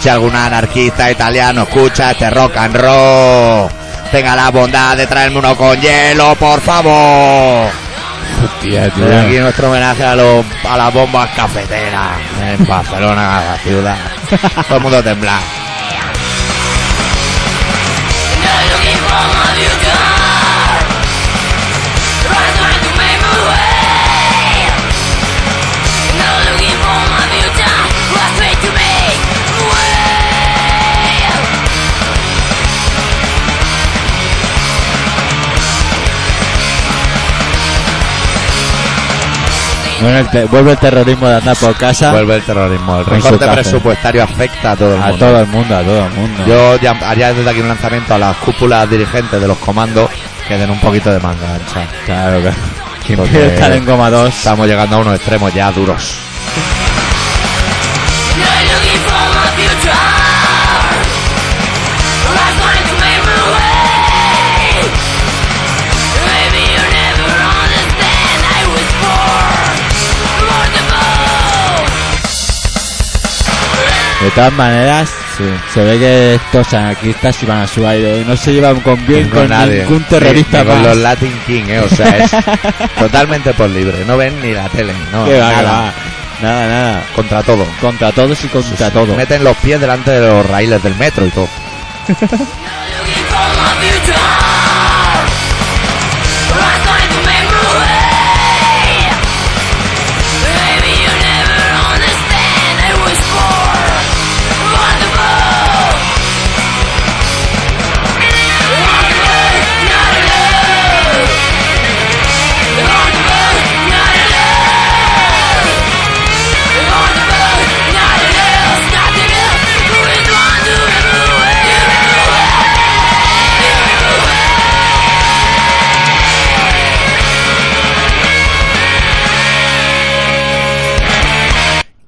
si algún anarquista italiano escucha este rock and roll, tenga la bondad de traerme uno con hielo, por favor. Hostia, tío. Desde aquí nuestro homenaje a, los, a las bombas cafeteras en Barcelona, la ciudad. Todo el mundo temblar. Bueno, el te- vuelve el terrorismo de andar por casa. Vuelve el terrorismo. El Con su recorte café. presupuestario afecta a todo el a mundo. todo el mundo, a todo el mundo. Yo ya haría desde aquí un lanzamiento a las cúpulas dirigentes de los comandos que den un poquito de manga ancha. Claro, claro. Que Porque- empiezan en coma 2. Estamos llegando a unos extremos ya duros. De todas maneras, se ve que estos anarquistas iban a su aire. y No se llevan con bien con, nadie. ningún Ni- ni terrorista con más. los Latin King, eh, o sea, es totalmente por libre. No ven ni la tele, no, Que va, que nada. va. Nada, nada. Contra todo. Contra todos y contra todos. Meten los pies delante de los raíles del metro y todo.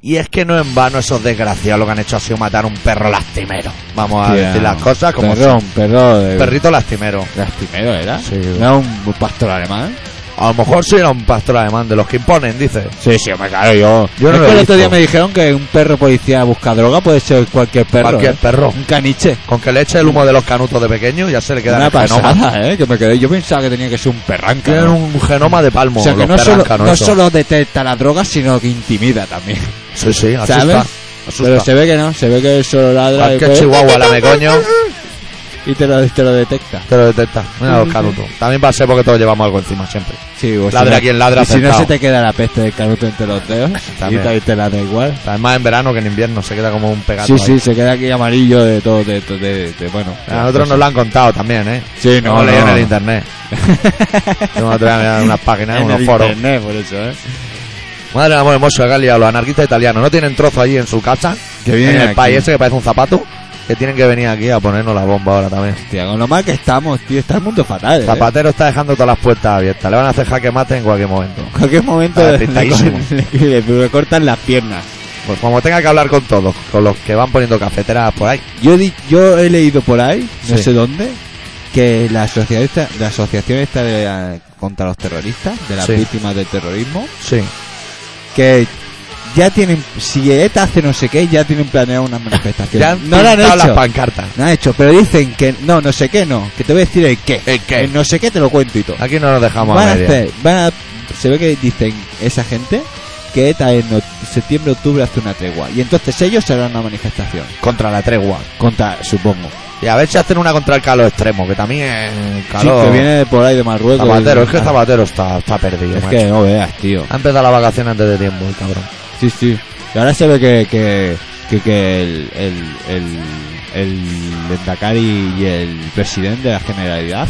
Y es que no en vano esos desgraciados lo que han hecho ha sido matar a un perro lastimero. Vamos a Hostia. decir las cosas como Perro, son. un perro de... Perrito lastimero. lastimero, eh. ¿era? Sí. ¿No era un pastor alemán? A lo mejor si era un pastor alemán de los que imponen, dice. Sí, sí, me claro, yo... Yo no lo he es que el visto. otro día me dijeron que un perro policía busca droga, puede ser cualquier perro. Cualquier ¿eh? perro. Un caniche. Con que le eche el humo de los canutos de pequeño ya se le queda Una el genoma. pasada, ¿eh? Que me quedé... Yo pensaba que tenía que ser un perranca. Tienen ¿no? un genoma de palmo. O sea, que los no solo, perrancanos no esos. solo detecta la droga, sino que intimida también. Sí, sí, asusta. ¿Sabes? asusta. Pero se ve que no, se ve que solo ladra y, Cualquier pues- Ah, chihuahua la me coño y te, lo, te lo detecta. te lo detecta. Mira los canutos. También va a ser porque todos llevamos algo encima siempre. Sí, o si Ladra no- quien ladra, y si no acertado. se te queda la peste del canuto entre los dedos, y También. te, te ladra igual. Además en verano que en invierno se queda como un pegado. Sí, ahí. sí, se queda aquí amarillo de todo, de, de, de- de- bueno. A nosotros nos lo han contado también, ¿eh? Sí, no, Lo leí no. en el internet. Yo me atrevo a mirar unas páginas, En unos el foros. internet, por eso, ¿eh? Madre del amor hermoso, que han liado los anarquistas italianos. ¿No tienen trozo allí en su casa? Que vienen en el aquí. país ese que parece un zapato. Que tienen que venir aquí a ponernos la bomba ahora también. Hostia, con lo mal que estamos, tío, está el mundo fatal, ¿eh? Zapatero está dejando todas las puertas abiertas. Le van a hacer jaque mate en cualquier momento. En cualquier momento Está le, despistadísimo. le- le- le cortan las piernas. Pues como tenga que hablar con todos, con los que van poniendo cafeteras por ahí. Yo, di- yo he leído por ahí, no Sí. sé dónde, que la, asociación esta- la asociación esta de la- contra los terroristas, de las Sí. víctimas del terrorismo, Sí. que ya tienen, si ETA hace no sé qué, ya tienen planeado una manifestación. Ya han no la han pintado las hecho. pancartas. No han hecho, pero dicen que no, no sé qué no, que te voy a decir el qué. ¿El qué? no sé qué te lo cuento y todo. Aquí no nos dejamos van a a media. hacer, van a, se ve que dicen esa gente que ETA en no- septiembre, octubre hace una tregua. Y entonces ellos harán una manifestación. Contra la tregua. Contra, supongo. Y a ver si hacen una contra el calor extremo, que también es calor. Sí, que viene de por ahí de Marruecos. Zapatero, Y- es que Zapatero está, está perdido. Es macho. que no veas, tío. Ha empezado la vacación antes de tiempo, el cabrón. Ah, Sí, sí. Y ahora se ve que, que, que, que el, el, el, el Lendakari y el presidente de la Generalidad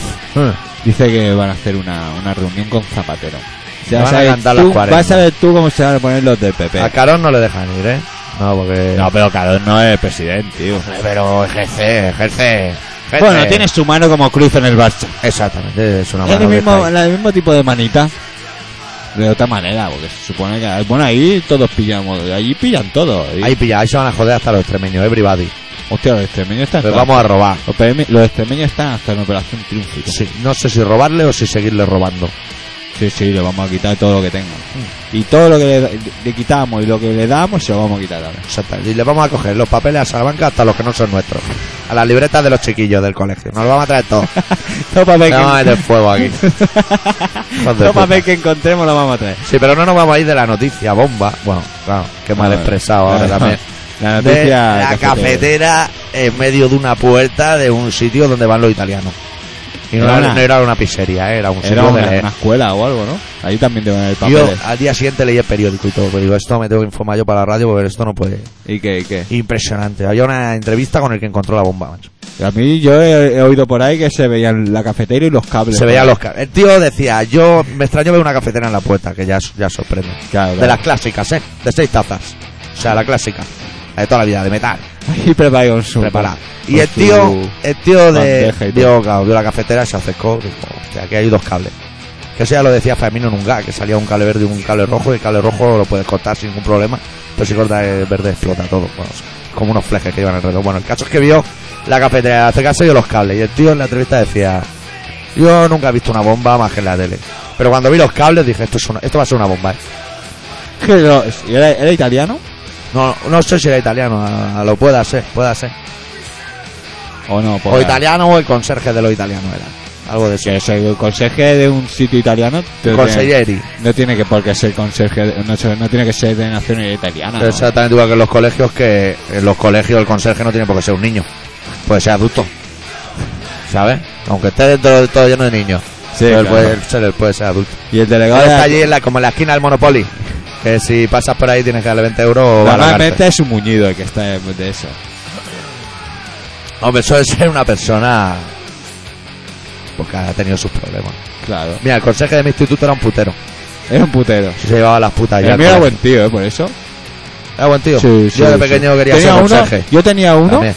dice que van a hacer una, una reunión con Zapatero. O sea, Van a sabes cantar tú- las 40. Vas a ver tú cómo se van a poner los del A PP. Carón no le dejan ir, ¿eh? No, porque... Ah, No, pero claro, no es el presidente, tío. Pero ejerce, ejerce. ejerce. Bueno, tiene su mano como cruz en el Barça. Exactamente, es una Es mano el que está mismo, ahí. la- el mismo tipo de manita. De otra manera, porque se supone que... Bueno, ahí todos pillamos. Allí pillan todos. Ahí pilla, ahí se van a joder hasta los extremeños, everybody. Hostia, los extremeños están... Les vamos a robar. Los, PM los extremeños están hasta en Operación Triunfo. Sí, no sé si robarle o si seguirle robando. Sí, sí, le vamos a quitar todo lo que tenga. Y todo lo que le, le quitamos y lo que le damos, se lo vamos a quitar ahora. Exactamente. Y le vamos a coger los papeles a Salamanca hasta los que no son nuestros. A las libretas de los chiquillos del colegio. Nos lo vamos a traer todo. Todo papel, Le vamos a que, meter fuego aquí. Hijos de todo puta. papel que encontremos lo vamos a traer. Sí, pero no nos vamos a ir de la noticia bomba. Bueno, claro, qué mal No, expresado no, ahora no. también. La noticia. De la cafetera. cafetera en medio de una puerta de un sitio donde van los italianos. Y no Era era, una- no era una pizzería, eh, era un sitio Era de una, leer. una escuela o algo, ¿no? Ahí también te van el papel. Yo al día siguiente leí el periódico y todo, pero digo, esto me tengo que informar yo para la radio porque esto no puede. ¿Y qué, y qué? Impresionante. Había una entrevista con el que encontró la bomba, macho. A mí yo he, he oído por ahí que se veían la cafetera y los cables. Se veía los ca- El tío decía, yo me extraño ver una cafetera en la puerta, que ya, ya sorprende. Claro, De claro. las clásicas, ¿eh? De seis tazas. O sea, la clásica. La de toda la vida, de metal. Y preparado con su. preparada. con Y el su- tío, el tío de, bandeja y todo. vio, claro, vio la cafetera, se acercó, dijo, hostia, aquí hay dos cables. Que eso ya lo decía Famino Nunga, que salía un cable verde y un cable rojo, y el cable rojo lo puedes cortar sin ningún problema, pero si cortas el verde explota todo, bueno, o sea, como unos flejes que iban alrededor. Bueno, el caso es que vio la cafetera acercarse y vio los cables, y el tío en la entrevista decía, yo nunca he visto una bomba más que en la tele. Pero cuando vi los cables dije, esto, es una- esto va a ser una bomba. ¿eh". Que lo- ¿y ¿Era, era italiano? No, no sé si era italiano, a- a lo pueda ser, pueda ser. ¿O no? Pues, O Pues italiano o el conserje de los italianos era. Algo de eso. Que es el conserje de un sitio italiano. te- Consiglieri. No tiene que por qué ser conserje. de- No, se- no tiene que ser de nacionalidad italiana. ¿no? Exactamente igual que en los colegios, que en los colegios el conserje no tiene por qué ser un niño. Puede ser adulto. ¿Sabes? Aunque esté dentro de todo lleno de niños. Sí, pero él claro. puede, ser, él puede ser adulto. Y el Él delegado. Pues, está de- allí en la, como en la esquina del Monopoly. Que si pasas por ahí tienes que darle 20 euros o va a la Normalmente es un muñido el que está de de eso. cárcel. Hombre, suele ser una persona. Porque ha tenido sus problemas. Claro. Mira, el conserje de mi instituto era un putero. Era un putero. Se llevaba las putas. ya El al mío era colegio. buen tío, ¿eh? Por eso. Era buen tío. Sí, sí, Yo de sí. pequeño quería Tenía ser uno- conserje. Yo tenía uno. También.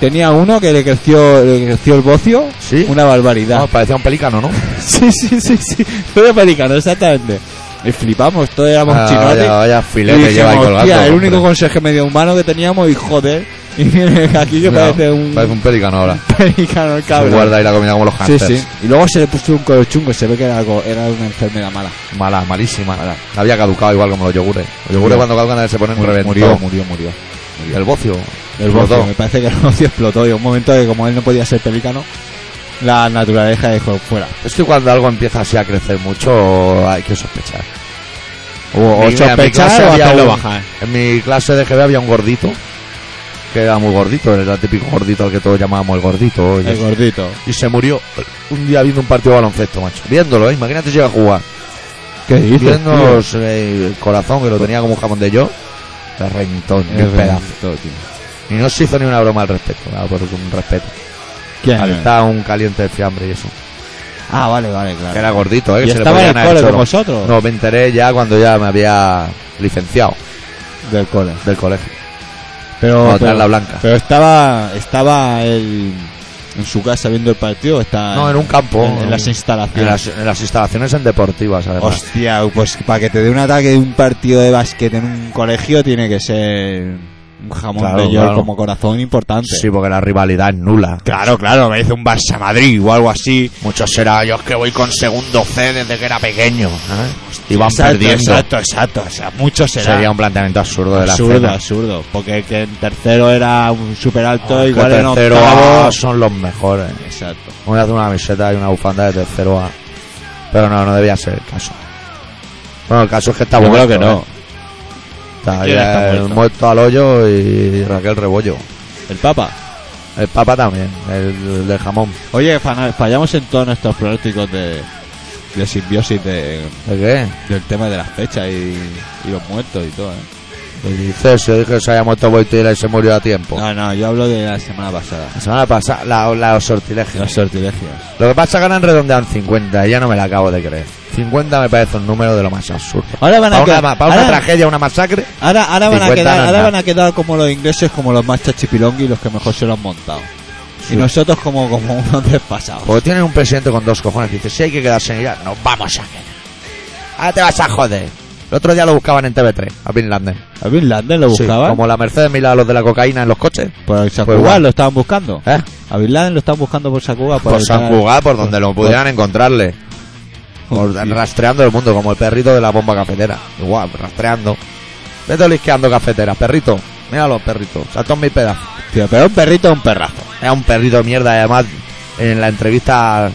Tenía uno que le creció, le creció el bocio. Sí. Ah, pues. Una barbaridad. No, parecía un pelícano, ¿no? Sí, sí, sí, sí. Todo americano, exactamente. Y flipamos, todos éramos Ah, chinotes. vaya, vaya Y filete que lleva ahí dijimos, colgando. "Hostia, el hombre". único conserje medio humano que teníamos y joder. Y viene aquí que No, parece un Parece un pelícano ahora. americano el Se cabrón. guarda ahí la comida como los sí, hamsters. sí. Y luego se le puso un color chungo, se ve que era algo, era una enfermedad mala. Mala, malísima. Había caducado igual como los yogures. Los yogures Murió. cuando caducan se ponen reventados. murió, murió, murió. El bocio. El Explotó. bocio, me parece que el bocio explotó y un momento que como él no podía ser pelicano, la naturaleza dijo fuera. Es que cuando algo empieza así a crecer mucho, hay que sospechar. O, o Mi- mira, en mi sospechar clase o había hacerlo un- bajar. En mi clase de GB había un gordito, que era muy gordito, era el típico gordito al que todos llamábamos el gordito. oye. El gordito. Y se murió un día viendo un partido de baloncesto, macho. Viéndolo, ¿eh? imagínate si llega a jugar. ¿Qué dices? tío? Viéndonos eh, el corazón que lo tenía como un jamón de yo. La reventó en mil Es verdad. pedazos. Y no se hizo ni una broma al respecto, nada, por un respeto. ¿Quién? Al estar un caliente de fiambre y eso. Ah, vale, vale, Que claro. era gordito, ¿eh? ¿Y que se le estaba en podían el haber cole hecho con lo- vosotros? No, me enteré ya cuando ya me había licenciado Del cole. del colegio. Pero, No, Oh, pero, la blanca. pero estaba, estaba él en su casa viendo el partido. Está No, en un campo. en, en las instalaciones. en las, en las instalaciones en deportivas, además. Hostia, pues para que te dé un ataque de un partido de básquet en un colegio tiene que ser un jamón Claro, de york claro. como corazón importante. sí, porque la rivalidad es nula. Claro, claro, me dice un Barça Madrid o algo así. Muchos será yo es que voy con segundo C desde que era pequeño. ¿eh? Y van exacto, perdiendo. Exacto, exacto. O sea, mucho será. Sería un planteamiento absurdo de la absurdo, escena. absurdo. Porque que en tercero era un super alto, Ah, Que igual en tercero ah, octavo. A son los mejores. Exacto. Voy a hacer una camiseta y una bufanda de tercero A. Pero no, no debía ser el caso. Bueno, el caso es que está Yo muerto. creo que no. ¿eh? Está, ¿Quién ya está el muerto? muerto al hoyo y Raquel Rebollo. El Papa. El Papa también, el, el de jamón. Oye, fan- fallamos en todos nuestros pronósticos de, de simbiosis de- ¿De qué? del tema de las fechas y, y los muertos y todo. ¿eh? ¿Qué dices? Yo dije que se había muerto Boitila y se murió a tiempo. No, no, yo hablo de la semana pasada. La semana pasada, la, la sortilegio. Los sortilegios. Lo que pasa es que ahora han redondeado en 50, y ya no me la acabo de creer. 50 me parece un número de lo más absurdo. Ahora van Para una, a quedar. ma- para una ahora, tragedia, una masacre, ahora- ahora van a 50 quedar, no es ahora nada. van a quedar como los ingleses, como los más chachipilongui y los que mejor se lo han montado. Sí. Y nosotros como, como unos despasados. Porque tienen un presidente con dos cojones que dice, si hay que quedarse en ella, nos vamos a quedar. Ahora te vas a joder. El otro día lo buscaban en TV3, a Bin Laden. ¿A Bin Laden lo Sí, buscaban? como la Mercedes Milá, los de la cocaína en los coches. Por San Pues Cugat bueno. lo estaban buscando. ¿Eh? Pues A Bin Laden lo estaban buscando por San Cugat. Por San evitar- Cugat, por donde lo pudieran encontrarle. Por- Sí. rastreando el mundo, como el perrito de la bomba cafetera. Igual, rastreando. Vete olisqueando cafeteras, perrito. Míralo, perrito. Saltó en mi pedazo. Tío, pero un perrito es un perrazo. Era un perrito de mierda y además en la entrevista al-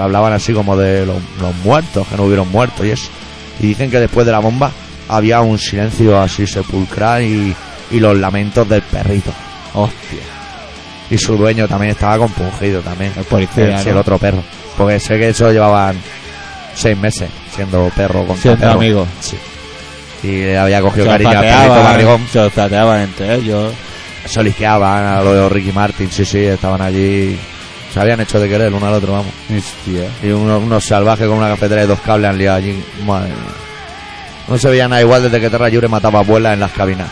hablaban así como de los, los muertos, que no hubieron muertos y eso. Y dicen que después de la bomba había un silencio así sepulcral y, y los lamentos del perrito. Oh, Hostia. Y su dueño también estaba compungido también. El policía, El, sí, el ¿no? otro perro. Porque sé que eso llevaban seis meses siendo perro con Siendo perro. amigos. Sí. Y le había cogido Se cariño al perrito barrigón. olfateaban, se olfateaban entre ellos. Se olisqueaban a lo de Ricky Martin, sí, sí, estaban allí. Se habían hecho de querer el uno al otro, vamos. Hostia. Y unos, unos salvajes con una cafetera y dos cables han liado allí. Madre mía. No se veía nada igual desde que Terra Yure mataba abuelas en las cabinas.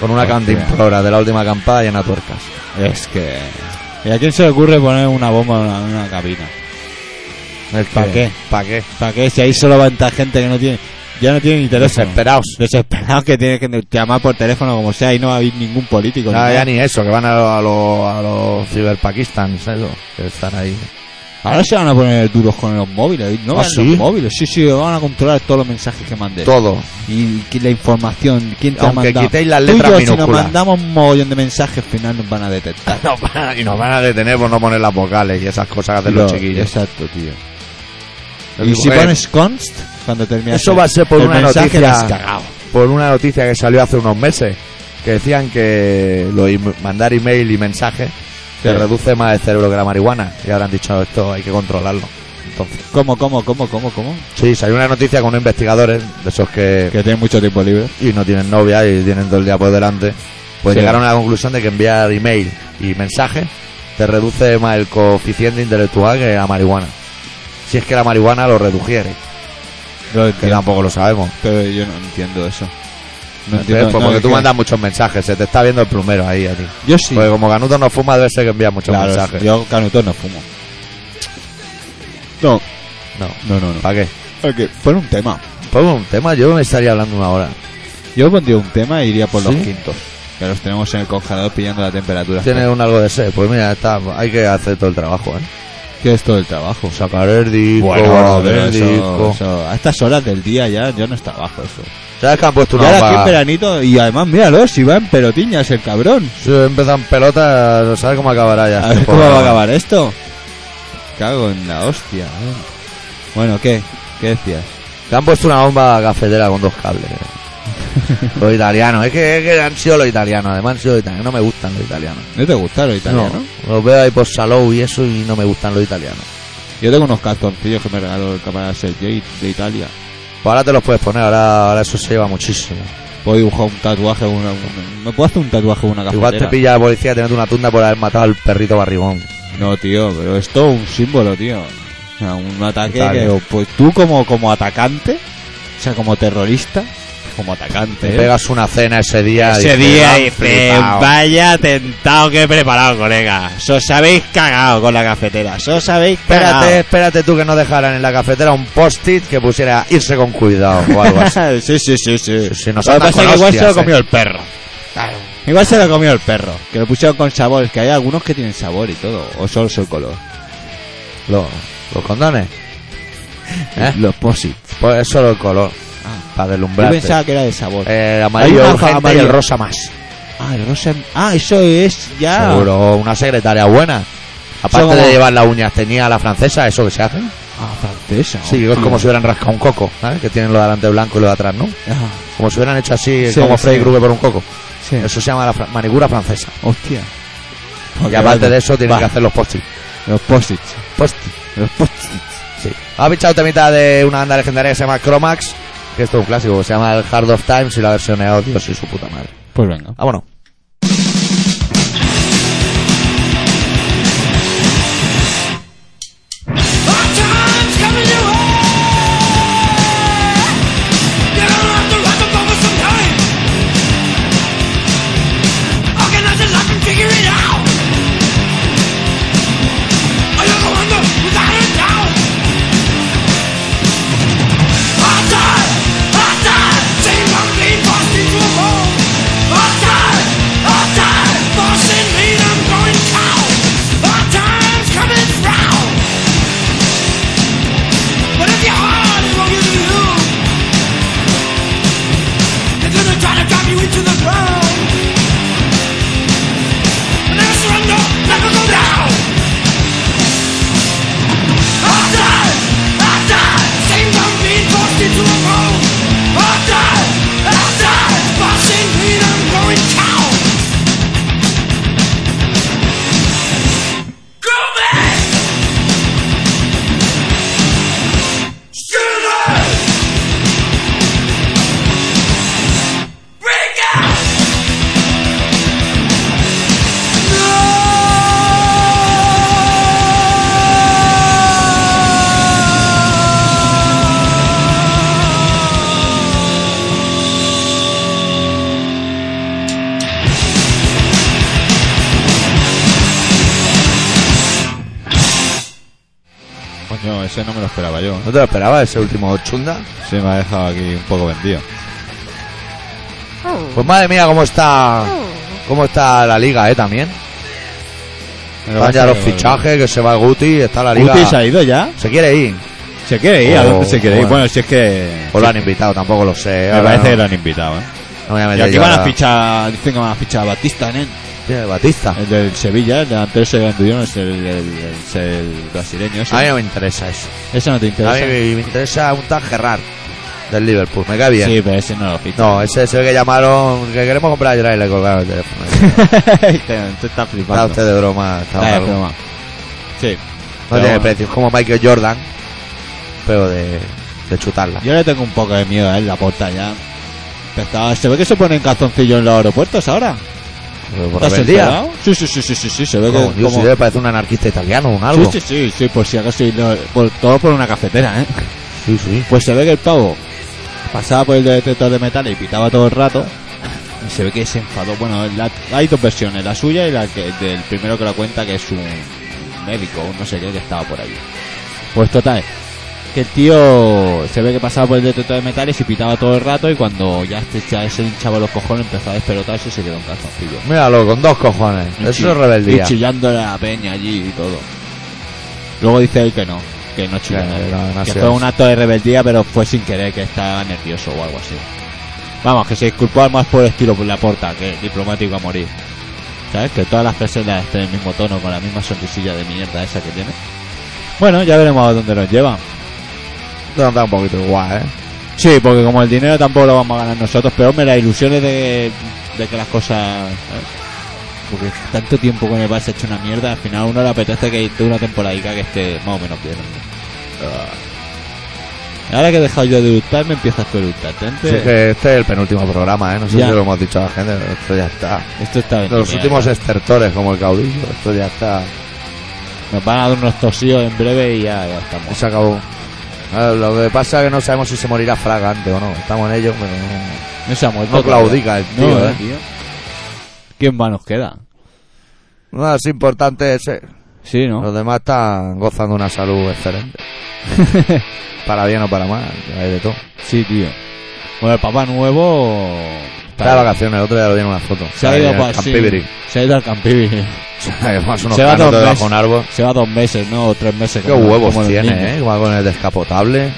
Con una Hostia. cantimplora de la última acampada llena de tuercas. Es que... ¿Y a quién se le ocurre poner una bomba en una, en una cabina? ¿Pa qué? ¿Para qué? ¿Para qué? Si ahí solo va a entrar gente que no tiene... Ya no tiene ni teléfono. Desesperados. Desesperados que tiene que llamar por teléfono como sea y no va a haber ningún político. Nada, ni ya nada. ni eso, que van a los a lo, a los ciberpakistan, ¿sabes? lo? Que están ahí. Ahora se van a poner duros con los móviles. No ¿Ah, van sí? los móviles. Sí, sí, van a controlar todos los mensajes que mandes. Todo. y que la información, quién te ha Aunque mandado. quitéis las Tú y letras yo, si nos minúsculas. mandamos un mogollón de mensajes, al final nos van a detectar. Nos van a- y nos van a detener por no poner las vocales y esas cosas que hacen los Tío, chiquillos. Exacto, tío. Lo Y digo, si eh, pones const, cuando terminas Eso el- va a ser por el una mensaje, noticia. la has cagado. por una noticia que salió hace unos meses que decían que lo im- mandar email y mensajes te Sí. reduce más el cerebro que la marihuana y ahora han dicho esto hay que controlarlo entonces ¿Cómo, cómo, cómo, cómo, cómo? sí salió una noticia con unos investigadores de esos que, Que tiene mucho tiempo libre. y no tienen novia y tienen todo el día por delante pues Sí. llegaron a la conclusión de que enviar email y mensajes te reduce más el coeficiente intelectual que la marihuana si es que la marihuana lo redujere No que entiendo, tampoco lo sabemos pero yo no entiendo eso. No Entonces, entiendo. pues, no, porque es tú que- mandas muchos mensajes se te está viendo el plumero ahí a ti Yo sí. Porque como Canuto no fuma, debe ser que envía muchos claro, mensajes. yo canuto no fumo. No, No. Ah, no, no, no. ¿Para qué? Ok, Pon un tema. Pues un tema, yo me estaría hablando una hora. Yo pondría un tema e iría por ¿Sí? los quintos. Que los tenemos en el congelador pillando la temperatura. Tiene un algo de sed, pues mira, está, hay que hacer todo el trabajo, ¿eh? ¿Qué es todo el trabajo? Sacar el disco, Bueno, guardar pero el eso, disco. Ah, eso- a estas horas del día ya, ya no es trabajo eso. ¿Sabes que han puesto Y una ahora aquí en vaga? veranito, y además míralo, si va en pelotiñas el cabrón. Si empiezan pelotas, ¿sabes cómo acabará ya? A este ver cómo programa? va a acabar esto. Cago en la hostia. eh. Bueno, ¿qué? ¿Qué decías? Te han puesto una bomba cafetera con dos cables. eh. los italianos, es que, es que han sido los italianos, además han sido los italianos. No me gustan los italianos. ¿No te gusta lo italiano? No, los veo ahí por Salou y eso y no me gustan los italianos. Yo tengo unos cartoncillos que me regaló el camarada Sergei de Italia. Pues ahora te los puedes poner, ahora, ahora eso se lleva muchísimo. Puedo dibujar un tatuaje, una, un- me puedo hacer un tatuaje con una cafetera. Igual te pilla la policía teniendo una tunda por haber matado al perrito barrigón. No, tío, pero es todo un símbolo, tío. O sea, un ataque Está que bien. pues tú como, como atacante, o sea, como terrorista, como atacante, Te ¿eh? pegas una cena ese día. ese dices, día "Han y flipao". vaya atentado que he preparado, colega. Os habéis cagado con la cafetera, os habéis Espérate, cagado. espérate tú que no dejaran en la cafetera un post-it que pusiera irse con cuidado o algo así. sí, sí, sí, sí. Sí, sí, nos Lo que andan pasa es con que igual se lo hostias, eh. comió el perro. Igual se lo comió el perro, que lo pusieron con sabor, que hay algunos que tienen sabor y todo, o solo es el color. Lo- los condones. ¿Eh? Los posit. Pues es solo el color. Para Yo deslumbrarte. pensaba que era de sabor. Eh, el Hay una amarillo urgente amarilla. y el rosa más. Ah, el rosa. Ah, eso es ya. Seguro, una secretaria buena. Aparte Ah. Somos- de llevar las uñas, tenía la francesa, eso que se hace. Ah, francesa. Sí, es hostia. como si hubieran rascado un coco, ¿sabes? Que tienen lo de delante blanco y lo de atrás, ¿no? Ah, Como si hubieran hecho así, Sí, como sí. Freddy Krueger por un coco. sí. Eso se llama la fra- manicura francesa. Hostia. y aparte vale. de eso, tienen Va, que hacer los post-it. Los posits. Post-it, Los posits. sí. Ha pinchado temita de una banda legendaria que se llama Chromax, que esto es un clásico, que se llama El Hard of Times y la versión de Dios y su puta madre. Pues venga. Vámonos. Our time's coming your way. You don't have to rock the boat for some time. Organize it like and figure it out. Are you the one that- without a doubt? Our time, our time. Same old name, lost into a hole. Our time, Coño, ese no me lo esperaba yo. ¿eh? ¿No te lo esperaba ese último chunda? Se me ha dejado aquí un poco vendido. Pues madre mía, cómo está, cómo está la liga, eh, también. Me lo Están ya pasa los que- fichajes, que se va Guti, está la liga. Guti se ha ido ya. Se quiere ir. ¿Se quiere ir? ¿A Oh, dónde se quiere ir? bueno. Bueno, si es que. O lo han invitado, tampoco lo sé. Me Ahora parece no- que lo han invitado, ¿eh? no voy a Y meter aquí yo van a ahora- fichar. Dicen que van a fichar a Batista, ¿eh? Tiene Batista. El del Sevilla, el delantero Sevilla Antullón, es el, el, el- el brasileño. Ese. A mí no me interesa eso. Ese no te A interesa. mí me me interesa un tal Gerrard del Liverpool. Me cae bien. Sí, pero ese no lo ficha. No, ese se ve que llamaron que queremos comprar a Gerrard y le colgaron el teléfono. te, te está Está flipando. usted de broma. está Vaya mal. broma. Sí. No Pero tiene bueno. precio. Es como Michael Jordan, pero de, de chutarla. pues, Yo le tengo un poco de miedo a él, la porta ya. Está- se ve que se ponen calzoncillos en los aeropuertos ahora. Pero por ¿Te has rebeldía. enterado? Sí, sí, sí, sí, sí, sí, se ve Como que Dios, como- si debe parecer un anarquista italiano o un algo. Sí, sí, sí, sí, por si acaso, y lo- por- todo por una cafetera, ¿eh? Sí, sí. Pues se ve que el pavo pasaba por el detector de metal y pitaba todo el rato. Y se ve que se enfadó. Bueno, la- hay dos versiones, la suya y la que, del primero que lo cuenta, que es un médico, un no sé qué, que estaba por allí. Pues total, que el tío se ve que pasaba por el detector de metales y pitaba todo el rato. Y cuando ya, este- ya se hinchaba los cojones, empezó a despelotarse y se quedó un calzoncillo. Míralo, con dos cojones. Y Eso chi- es rebeldía. Y chillando la peña allí y todo. Luego dice él que no, que no chilla Que nadie, no, que demasiado. fue un acto de rebeldía, pero fue sin querer, que estaba nervioso o algo así. Vamos, que se disculpó más por estilo por la porta, que diplomático a morir. ¿Sabes? Que todas las frases las hace en el mismo tono, con la misma sonrisilla de mierda esa que tiene. Bueno, ya veremos a dónde nos lleva. No, da un poquito igual, ¿eh? Sí, porque como el dinero tampoco lo vamos a ganar nosotros, pero hombre, las ilusiones de, de que las cosas. ¿sabes? Porque tanto tiempo con el Barça hecho una mierda, al final a uno le apetece que de una temporadica que esté más o menos bien. Ahora que he dejado yo de eructar, me empiezas tú a eructar. Antes, Si es que este es el penúltimo programa, ¿eh? No sé Ya. si lo hemos dicho a la gente, pero esto ya está. Esto está bien. De los últimos estertores como el caudillo, esto ya está. Nos van a dar unos tosíos en breve y ya, ya estamos. Se acabó. Ah, Lo que pasa es que no sabemos si se morirá fragante o no. Estamos en ello, pero no- No se ha muerto. no todavía. claudica el No, tío, ¿eh? tío. ¿Quién más nos queda? No es importante ese. Sí, ¿no? Los demás están gozando una salud excelente. para bien o para mal, hay de todo. sí, tío. Bueno, el papá nuevo. Está de vacaciones, el otro día lo vi en una foto. Se ha Ahí ido en pa- el sí. Campibiri. Se ha ido al Campibiri. Además, unos Se va canutos dos debajo de meses. un árbol. Se va dos meses, ¿no? O tres meses. Qué como- huevos como los niños. tiene, ¿eh? Va con el descapotable.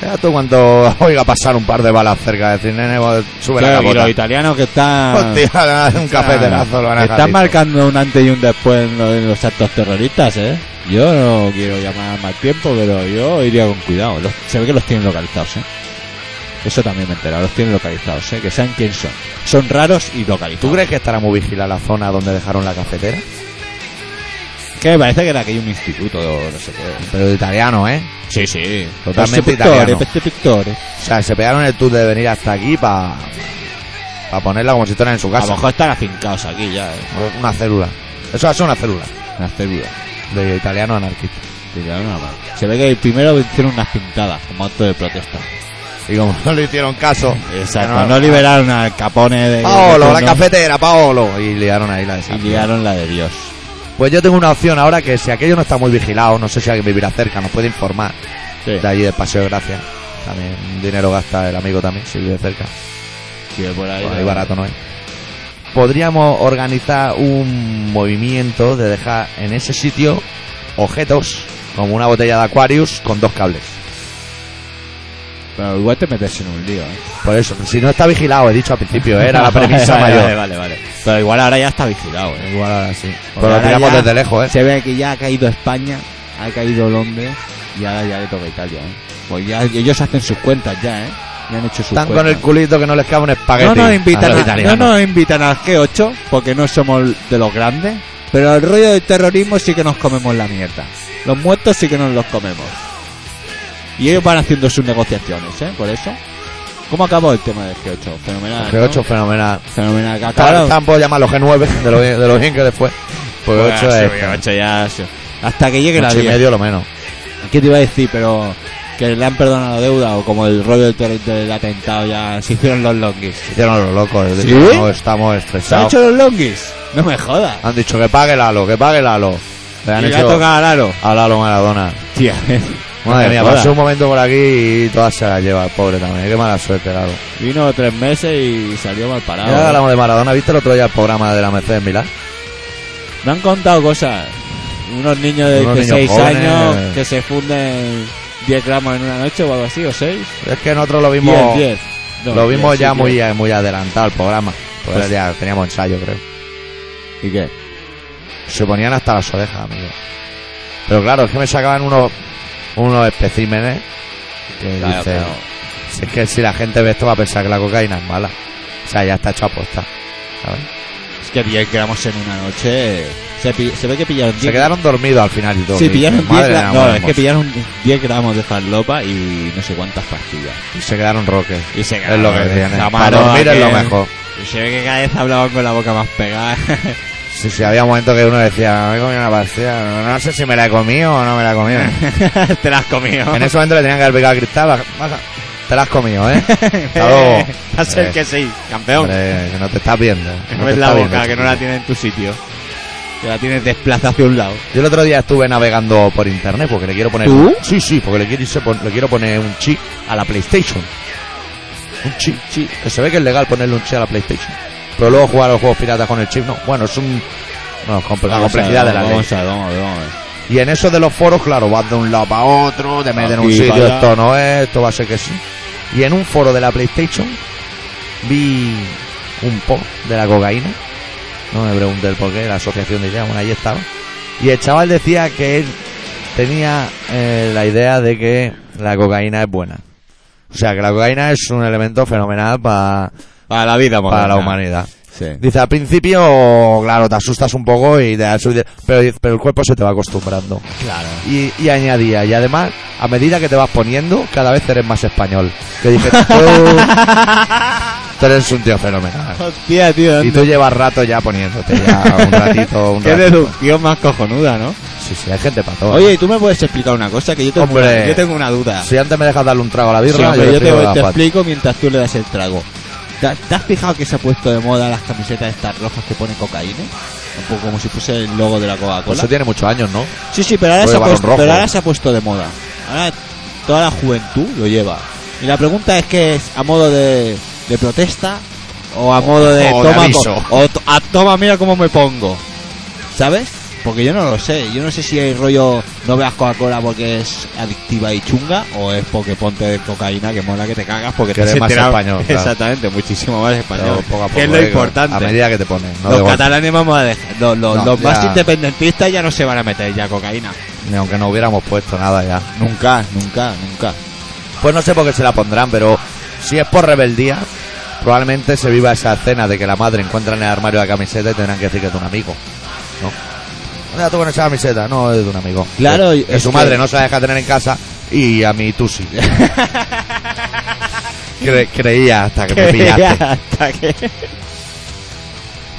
Ya tú cuando oiga pasar un par de balas cerca de decir, nene, vos sube la Claro, y capota. los italianados que están... Hostia, un cafeterazo lo van a están dejar listo. marcando un antes y un después en lo- en los, actos terroristas, ¿eh? Yo no quiero llamar mal tiempo, pero yo iría con cuidado. Los- se ve que los tienen localizados, ¿eh? Eso también me he enterado, los tienen localizados, ¿eh? Que sean quién son. Son raros y localizados. ¿Tú crees que estará muy vigilada la zona donde dejaron la cafetera? Que me parece que era aquello un instituto o no sé qué. Pero de italiano, ¿eh? Sí, sí. Totalmente Peste pictores, italiano. peste pictores. O sea, se pegaron el tour de venir hasta aquí para ponerla como si estuviera en su A lo casa. mejor están afincados aquí ya, ¿eh? Una célula. Eso es una célula Una célula. de italiano anarquista. Tiraron a mano. Se ve que el primero hicieron unas pintadas como acto de protesta. Y como no le hicieron caso. Exacto. Ah, no- No, liberaron al capone de. Paolo, de la turno cafetera, Paolo. Y liaron ahí la de Eh, Y San Miguel. liaron la de Dios. Pues yo tengo una opción ahora que si aquello no está muy vigilado, no sé si alguien vivirá cerca, nos puede informar. Sí. De allí de Paseo de Gracia. También dinero gasta el amigo también, si vive cerca. Sí, por ahí. Por ahí barato no es. Podríamos organizar un movimiento de dejar en ese sitio objetos como una botella de Aquarius con dos cables. Pero igual te metes en un lío, ¿eh? Por eso, si no está vigilado, he dicho al principio, ¿eh? era la premisa Vale, Vale, mayor. vale, vale. Pero igual ahora ya está vigilado, ¿eh? Igual ahora sí. Pero Porque lo ahora tiramos ya- desde lejos, ¿eh? Se ve que ya ha caído España, ha caído Londres y ahora ya le toca Italia, ¿eh? Pues ya ellos hacen sus cuentas ya, ¿eh? Ya han hecho sus Están cuentas. con el culito que no les cabe un espagueti. No nos, a invitan los a, no italianos. nos invitan al G8 porque no somos de los grandes, pero el rollo del terrorismo sí que nos comemos la mierda. Los muertos sí que nos los comemos. Y ellos van haciendo sus negociaciones, ¿eh? Por eso. ¿Cómo acabó el tema del G8? Fenomenal. ¿no? G8 fenomenal. Fenomenal. que Claro, acabaron. tampoco llamarlo G9 de lo, bien- de lo bien que le fue. Pues Bueno, 8 sí, es. oye, ocho ya, sí. Hasta que llegue la ocho y 10. medio lo menos. ¿Qué te iba a decir? Pero que le han perdonado la deuda o como el rollo del, ter- del atentado ya se hicieron los longuis. Hicieron los locos. ¿Sí? dijeron, No, estamos ¿Se han estresados. hecho los longuis? No me jodas. Han dicho que pague Lalo, que pague Lalo. Le han Y le ha hecho tocado al aro. a Lalo Maradona. Tía, Madre no mía, jodas. pasó un momento por aquí y todas se las lleva, el pobre también. Qué mala suerte, Lalo. Vino tres meses y salió mal parado. eh. Mira que hablamos de Maradona. ¿Viste el otro día el programa de la Mercedes en Milán? Me han contado cosas. Unos niños de Unos niños 16 jóvenes. años que se funden 10 gramos en una noche o algo así, o 6. Es que nosotros lo vimos, 10, 10. No, lo vimos 10, ya sí, muy, 10. muy adelantado el programa. Pues Pues- ya teníamos ensayo, creo. ¿Y qué? Se ponían hasta las orejas, amigo. Pero claro, es que me sacaban unos, unos especímenes que Claro, dice, pero- si es que si la gente ve esto va a pensar que la cocaína es mala. O sea, ya está hecho aposta. ¿sabes? Es que 10 gramos en una noche. Se, pi- se ve que pillaron 10. Se quedaron dormidos al final y todo. Sí, Y dicen, pillaron 10 "Madre gramos. de amor No, es que hermoso". pillaron 10 gramos de farlopa y no sé cuántas pastillas. Y se quedaron roques. Y se Es lo que cagaron. tiene. Para La mano dormir es lo aquel- mejor. Y se ve que cada vez hablaban con la boca más pegada. Sí, sí, había momentos que uno decía, me he comido una pastilla, no, no sé si me la he comido o no me la he comido. Te las has comido. en ese momento le tenían que haber pegado al cristal, baja, baja. te la has comido, ¿eh? Hasta luego. Va a ser Eh, que sí, campeón. hombre, que no te estás viendo. no te ves está la viendo, boca, que no la chiquillo. tienes en tu sitio. Que la tienes desplazada hacia un lado. Yo el otro día estuve navegando por internet porque le quiero poner... ¿Tú? Sí, sí, porque le quiero, irse pon- le quiero poner un chip a la PlayStation. Un chip, chip. Que se ve que es legal ponerle un chip a la PlayStation. Pero luego jugar a los juegos piratas con el chip, no. Bueno, es un... No, compl- la complejidad de la ley. Vamos a ver, vamos a ver, vamos a ver. Y en eso de los foros, claro, vas de un lado para otro, te meten en un Aquí, sitio, para allá. esto no es, esto va a ser que sí. Y en un foro de la PlayStation vi un post de la cocaína. No me pregunté el por qué, la asociación de ideas, bueno, ahí estaba. Y el chaval decía que él tenía eh, la idea de que la cocaína es buena. O sea, que la cocaína es un elemento fenomenal pa- Para la vida, para la moderna. humanidad. Sí. Dice, al principio, claro, te asustas un poco y te da subid- pero, pero el cuerpo se te va acostumbrando. Claro. Y, y añadía, y además, a medida que te vas poniendo, cada vez eres más español. Que dije, tú, tú eres un tío fenomenal. Hostia, tío. Y tú llevas rato ya poniéndote ya un ratito, un Qué ratito. deducción más cojonuda, ¿no? Sí, sí, hay gente para todo. Oye, ¿y tú me puedes explicar una cosa? Que yo tengo, Hombre. una, yo tengo una duda. si antes me dejas darle un trago a la Sí, birra, hombre, yo, yo te te, digo te la pata. explico mientras tú le das el trago. ¿Te, te has fijado que se ha puesto de moda las camisetas estas rojas que ponen cocaína? Un poco como si fuese el logo de la Pues Coca-Cola. eso tiene muchos años, ¿no? Sí, sí, pero ahora, Oye, se ha balón puesto, rojo. pero ahora se ha puesto de moda. Ahora toda la juventud lo lleva. Y la pregunta es que es a modo de, de protesta o a modo de o de toma aviso. co- o to- a toma mira cómo me pongo. ¿Sabes? Porque yo no lo sé. Yo no sé si hay rollo no veas Coca-Cola porque es adictiva y chunga o es porque ponte cocaína que mola que te cagas porque Que te has eres más enterado- español, claro. Exactamente, muchísimo más Pero español. poco a poco, que es lo eh, importante. A medida que te pones. No de los golpe. catalanes vamos a dejar. Los, los- No, los más ya. independentistas ya no se van a meter ya cocaína. Ni aunque no hubiéramos puesto nada ya. Nunca, nunca, nunca. Pues no sé por qué se la pondrán, pero si es por rebeldía, probablemente se viva esa escena de que la madre encuentra en el armario la camiseta y tendrán que decir que es de un amigo. ¿No? ¿Dónde la tú con esa camiseta? No, es de un amigo. Claro, Que- que es su que- madre no se la deja tener en casa y a mí tú sí. Cre- creía hasta que me pillaste. Hasta que-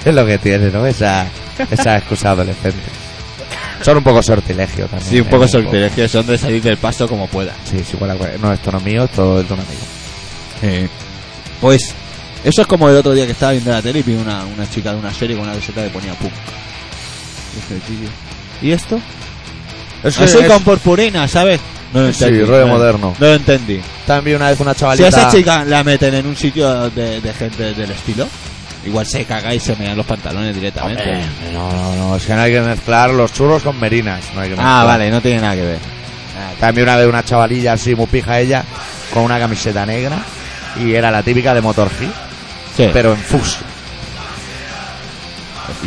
Es lo que tiene, ¿no? Esa, esa excusa adolescente. Son un poco sortilegio también. Sí, un ¿eh? poco sortilegio, son de salir del paso como pueda. Sí, sí, bueno, bueno, no, esto no es mío, esto es de un amigo. Pues, eso es como el otro día que estaba viendo la tele y vi una, una chica de una serie con una camiseta que ponía punk. Y dije, "Tío, ¿Y esto? Es que Así es- con purpurina, ¿sabes? No lo Sí, entendí. rollo no, moderno. No lo entendí. También una vez una Si a chavalita... esa chica la meten en un sitio de, de gente del estilo, igual se caga y se me dan los pantalones directamente. Hombre, Eh, No, no, no, es que no hay que mezclar los churros con merinas. No hay que ah, mezclar. vale, no tiene nada que ver. También una vez una chavalilla así, muy pija ella, con una camiseta negra y era la típica de Motor G, Sí. pero en fus.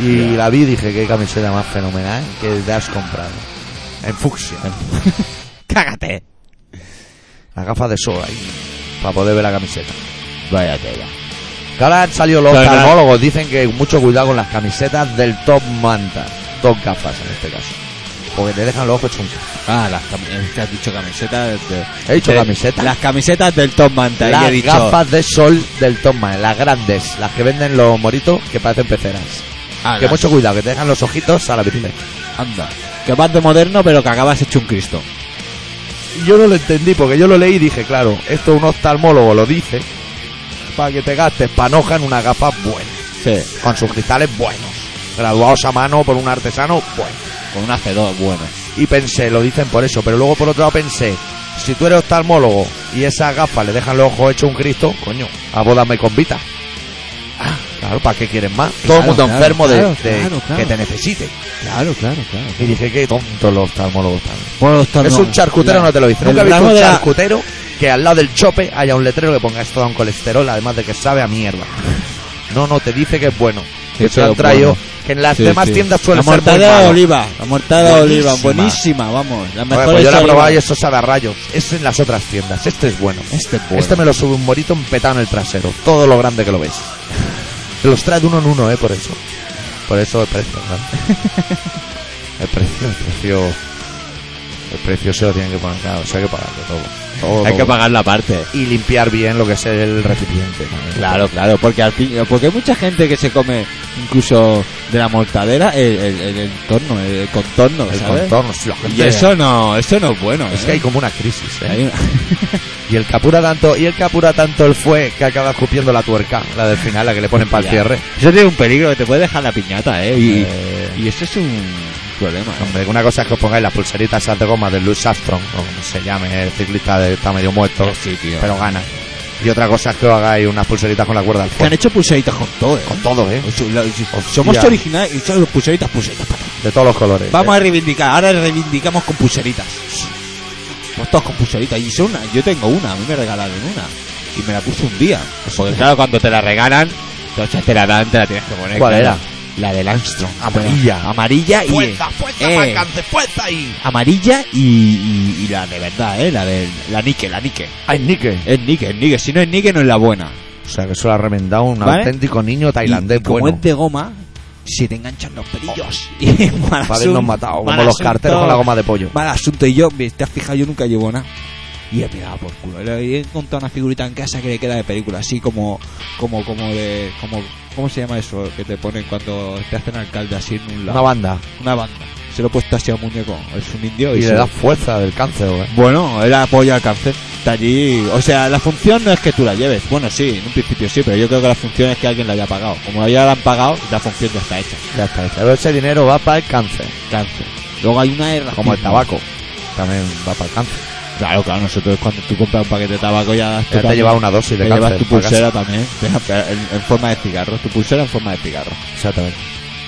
Y la vi y dije, qué camiseta más fenomenal que te has comprado. En fucsia. cágate. La gafa de sol ahí, para poder ver la camiseta. Vaya tela. Que ahora han salido los Claro, claro. oftalmólogos, dicen que mucho cuidado con las camisetas del top manta. Top gafas en este caso. Porque te dejan los ojos chungos. Ah, las camisetas. has dicho camisetas. de- He dicho de- camisetas. Las camisetas del Tom Manta. y Las he dicho, gafas de sol del Tom Man, las grandes, las que venden los moritos que parecen peceras. ah, Que las- mucho cuidado, que te dejan los ojitos a la virgen. Anda. Que vas de moderno, pero que acabas hecho un Cristo. Yo no lo entendí porque yo lo leí y dije, claro, esto un oftalmólogo lo dice para que te gastes panoja en unas gafas buenas, Sí. con sus cristales buenos, graduados a mano por un artesano bueno. con un hacedor bueno. Y pensé, lo dicen por eso, pero luego por otro lado pensé, si tú eres oftalmólogo y esas gafas le dejan los ojos hechos un Cristo, coño, a boda me convita. Ah, claro, ¿para qué quieren más? Todo Claro, el mundo claro, enfermo de- claro, de, claro, claro. que te necesite. Claro, claro, claro. Y dije, qué tontos los oftalmólogos también. Bueno, los torno- Es un charcutero, la- no te lo dice. el Nunca he visto ramo un de la- charcutero que al lado del chope haya un letrero que ponga esto da un colesterol, además de que sabe a mierda. No, no, te dice que es bueno. Sí, que se lo pero han traído. bueno. Que en las Sí, demás sí. tiendas suele La ser muy mortadela de malo. oliva. La mortadela de oliva. Buenísima. Buenísima, vamos. La Joder, mejor pues yo la he hecha probado y oliva. eso sabe a rayos. Es en las otras tiendas. Este es bueno. Este es bueno. Este me lo sube un morito empetado en el trasero. Todo lo grande que lo ves. Te los trae de uno en uno, ¿eh? Por eso. Por eso el precio, ¿no? El precio, el precio... El precio se lo tienen que poner, claro. Eso hay que pagarlo todo. Todo, Hay que todo. pagar la parte. Y limpiar bien lo que es el recipiente. ¿no? Claro, claro, porque al fin- porque hay mucha gente que se come incluso de la mortadera el, el, el entorno, el, el contorno, El ¿sabes? contorno. sí, la gente- Y eso no, eso no es bueno. Es ¿eh? que hay como una crisis, ¿eh? Hay una- Y el capura tanto, y el capura tanto el fue que acaba escupiendo la tuerca, la del final, la que le ponen para el Ya. cierre. Eso tiene un peligro que te puede dejar la piñata, ¿eh? Y, Eh, y eso es un problema. ¿eh? Hombre, una cosa es que os pongáis las pulseritas esas de goma de Louis Armstrong, o como se llame, el ciclista de, está medio muerto, Sí, tío. pero gana. Y otra cosa es que os hagáis unas pulseritas con la cuerda al Que han fondo. hecho pulseritas con todo, ¿eh? Con todo, ¿eh? Eso, la- Somos Hostia. originales y son los pulseritas, pulseritas. pa- De todos los colores. Vamos ¿eh? a reivindicar, ahora reivindicamos con pulseritas. Pues todos con pulseritas. Y son una, yo tengo una, a mí me regalaron una. Y me la puse un día. Porque claro, cuando te la regalan, entonces te la dan, te la tienes que poner. ¿Cuál claro. era? La del Armstrong. Amarilla. Amarilla y. Fuerza, fuerza, eh, para alcance, fuerza ahí. amarilla y, y- y la de verdad, eh, la de la Nike, la Nike. ¡Ay, Nike! Es Nike, es Nike. Si no es Nike, no es la buena. O sea, que eso lo ha remendado un ¿Vale? auténtico niño tailandés Y como bueno. es de goma, se te enganchan los pelillos. Y mal Para asunto, habernos matado, mal como los asunto, carteros con la goma de pollo. Mal asunto. Y yo, me- te has fijado, yo nunca llevo nada. Y he mirado por culo. Le he encontrado una figurita en casa que le queda de película, así como, como, como de, como, ¿cómo se llama eso? Que te ponen cuando te hacen alcalde así en un Una lado. banda. Una banda. Se lo he puesto así al muñeco. Es un indio y, Y se le lo- da fuerza del cáncer, ¿eh? bueno, él apoya al cáncer. Está allí. O sea, la función no es que tú la lleves. Bueno, sí, en un principio sí, pero yo creo que la función es que alguien la haya pagado. Como ya la han pagado, la función ya está hecha. Ya está. Pero ese dinero va para el cáncer. Cáncer. Luego hay una de Como el tabaco. También va para el cáncer. Claro, claro, nosotros cuando tú compras un paquete de tabaco ya, Ya te lleva una dosis de te llevas cáncer. tu para casa. pulsera también. En, en forma de cigarro. Tu pulsera en forma de cigarro. Exactamente.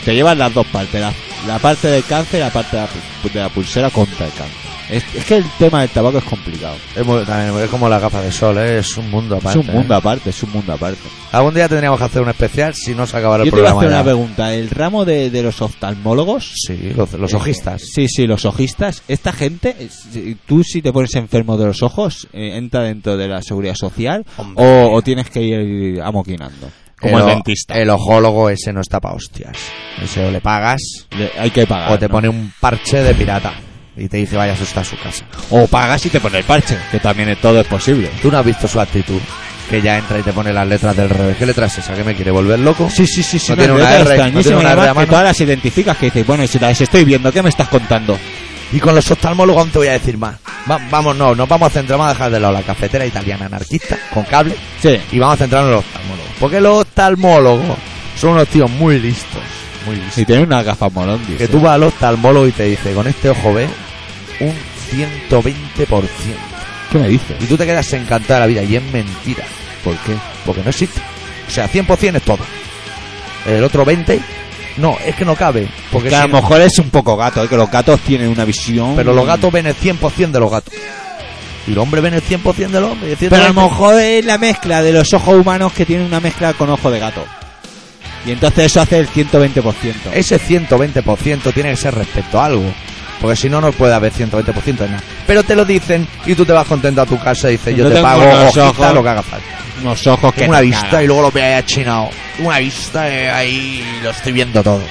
Te llevas las dos partes, la, la parte del cáncer y la parte de la, pu- de la pulsera contra el cáncer. Es, es que el tema del tabaco es complicado. Es, muy- también es como la gafa de sol, ¿eh? es un mundo aparte. es un mundo ¿eh? aparte, es un mundo aparte. Algún día tendríamos que hacer un especial si no se acabara el Yo te iba a programa. hacer una ya. pregunta. ¿El ramo de, de los oftalmólogos? Sí, los, los eh, ojistas. Sí, sí, los ojistas. ¿Esta gente, eh, si- tú si te pones enfermo de los ojos, eh, entra dentro de la seguridad social Hombre. o, o tienes que ir amoquinando? o- El ojólogo ese no está pa' hostias. Ese o le pagas Le- hay que pagar. o te Ah, ¿no? pone un parche de pirata y te dice vaya asustar a su casa. o pagas y te pone el parche, que también es- todo es posible. Tú no has visto su actitud. Que ya entra y te pone las letras del revés. ¿Qué letras es esa? ¿Que me quiere volver loco? Sí, sí, sí, sí. No tiene una R, letras no tiene extrañísimas, una R además, a mano. que todas las identificas que dices, bueno, y si las estoy viendo, ¿qué me estás contando? Y con los oftalmólogos aún te voy a decir más. Va- vamos, no, nos vamos a centrar, vamos a dejar de lado la cafetera italiana anarquista con cable Sí. y vamos a centrarnos en los oftalmólogos. Porque los oftalmólogos son unos tíos muy listos. Muy listos. Si tienes una gafa molón, Que dice. tú vas al oftalmólogo y te dice, con este ojo ve un 120%. ¿Qué me dices? Y tú te quedas encantado de la vida. Y es mentira. ¿Por qué? Porque no existe. O sea, 100% es todo. El otro 20%, no, es que no cabe. Porque Que a si lo mejor es un poco gato, ¿eh? que los gatos tienen una visión. Pero los gatos ven el 100% de los gatos. Y el hombre ven el 100% del hombre. y el Pero a lo 120. mejor es la mezcla de los ojos humanos que tienen una mezcla con ojo de gato. Y entonces eso hace el 120%. Ese 120% tiene que ser respecto a algo. Porque si no, no puede haber 120% de nada. Pero te lo dicen y tú te vas contento a tu casa y dices, Yo yo te tengo pago unos hojita, ojos lo que haga falta. unos ojos que. una te vista cagan. y luego lo voy a chinado. Una vista eh, ahí lo estoy viendo todo.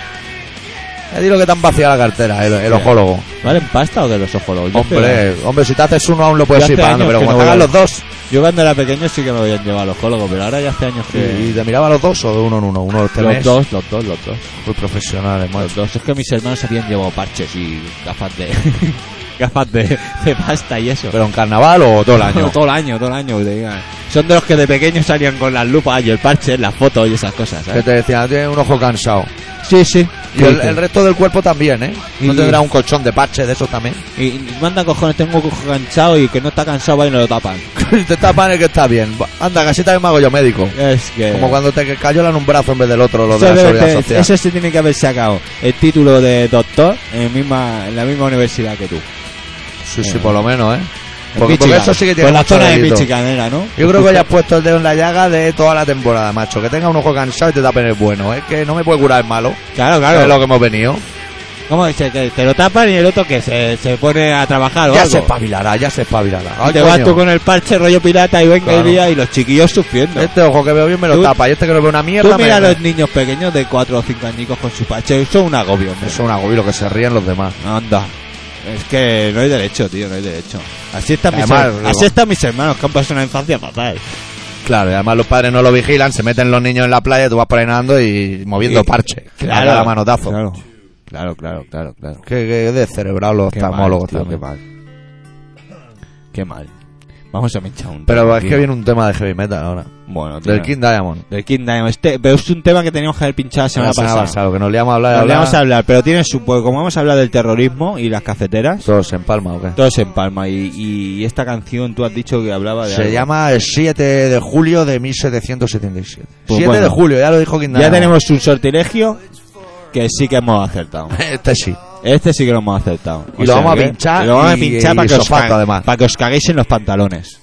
Ya di lo que te han vaciado la cartera, el, el Sí. ojólogo. ¿Valen pasta o de los ojos? Yo creo- Hombre, hombre, si te haces uno aún lo puedes Yo ir hace pagando, años pero este que como no te voy hagan a- los dos, Yo cuando era pequeño sí que me habían llevado al ojólogo, pero ahora ya hace años que. y te miraba los dos o de uno en uno, uno los los tenés. dos, los dos, los dos. Muy profesionales, Los macho. dos. Es que mis hermanos habían llevado parches y gafas de. gafas de, de pasta y eso. Pero en carnaval o todo el año. todo el año, todo el año. que te digan. Son de los que de pequeños salían con las lupas y el parche, las fotos y esas cosas. ¿sabes? que te decían, tienes un ojo cansado. Sí, sí. Y el, dices? el resto del cuerpo también, ¿eh? No Y- tendrá un colchón de parche de esos también. Y y manda cojones, tengo un cojo cansado y que no está cansado va y no lo tapan. Y te tapan el que está bien. Anda, casi también me hago yo médico. Es que. Como cuando te cayolan un brazo en vez del otro, lo de Eso la Eh. debe seguridad ser- social. eso se tiene que haber sacado el título de doctor en, el misma, en la misma universidad que tú. Sí, sí, por lo menos, ¿eh? En Porque, porque Michigan. eso sí que tiene Pues la mucho zona de delito. Michigan era, ¿no? Yo creo que ya has puesto el dedo en la llaga de toda la temporada, macho. Que tenga un ojo cansado y te tapen el bueno. Es que no me puede curar el malo. Claro, Claro. Es lo claro. que hemos venido. ¿Cómo dice? Que te lo tapan y el otro que se, se pone a trabajar o ya algo. se espabilará, ya se espabilará. Y Ay, te vas coño. tú con el parche rollo pirata y venga Claro. el día y los chiquillos sufriendo. Este ojo que veo bien me lo Tú- tapa y este que no veo una mierda Tú me- mira a me- los niños pequeños de 4 o 5 añicos con su parche, son un agobio. hombre. Eso es un agobio, lo que se ríen los demás. Anda. Es que no hay derecho, tío, no hay derecho. Así están, mis, Además, her- así digo- están mis hermanos que han pasado una infancia fatal. Claro, y además los padres no lo vigilan, se meten los niños en la playa, tú vas por ahí nadando y moviendo Y- parche. A cada manotazo. Claro, claro, claro, claro. claro. Que, que de cerebral los Qué mal, oftalmólogos tío, también. Qué mal. Qué mal. Vamos a pinchar un Pero tema, es que tío. viene un tema de heavy metal ahora. Bueno, tío, Del King Diamond. Del King Diamond. Este, pero es un tema que teníamos que haber pinchado la semana La semana pasada. pasada, que nos liamos a hablar de Nos le hablar. vamos a hablar, pero tiene su... pues, Como hemos hablado del terrorismo y las cafeteras, Todos en Palma, ¿o qué? todos en Palma. Y, y esta canción tú has dicho que hablaba de... Se algo. llama el 7 de julio de 1777. Pues 7 bueno. de julio, ya lo dijo King Ya Diamond. tenemos un sortilegio que sí que hemos acertado. Este sí. Este sí que lo hemos acertado. Y lo vamos a pinchar y lo vamos a y- pinchar y para, que os sofaco, cague- además. para que os caguéis en los pantalones.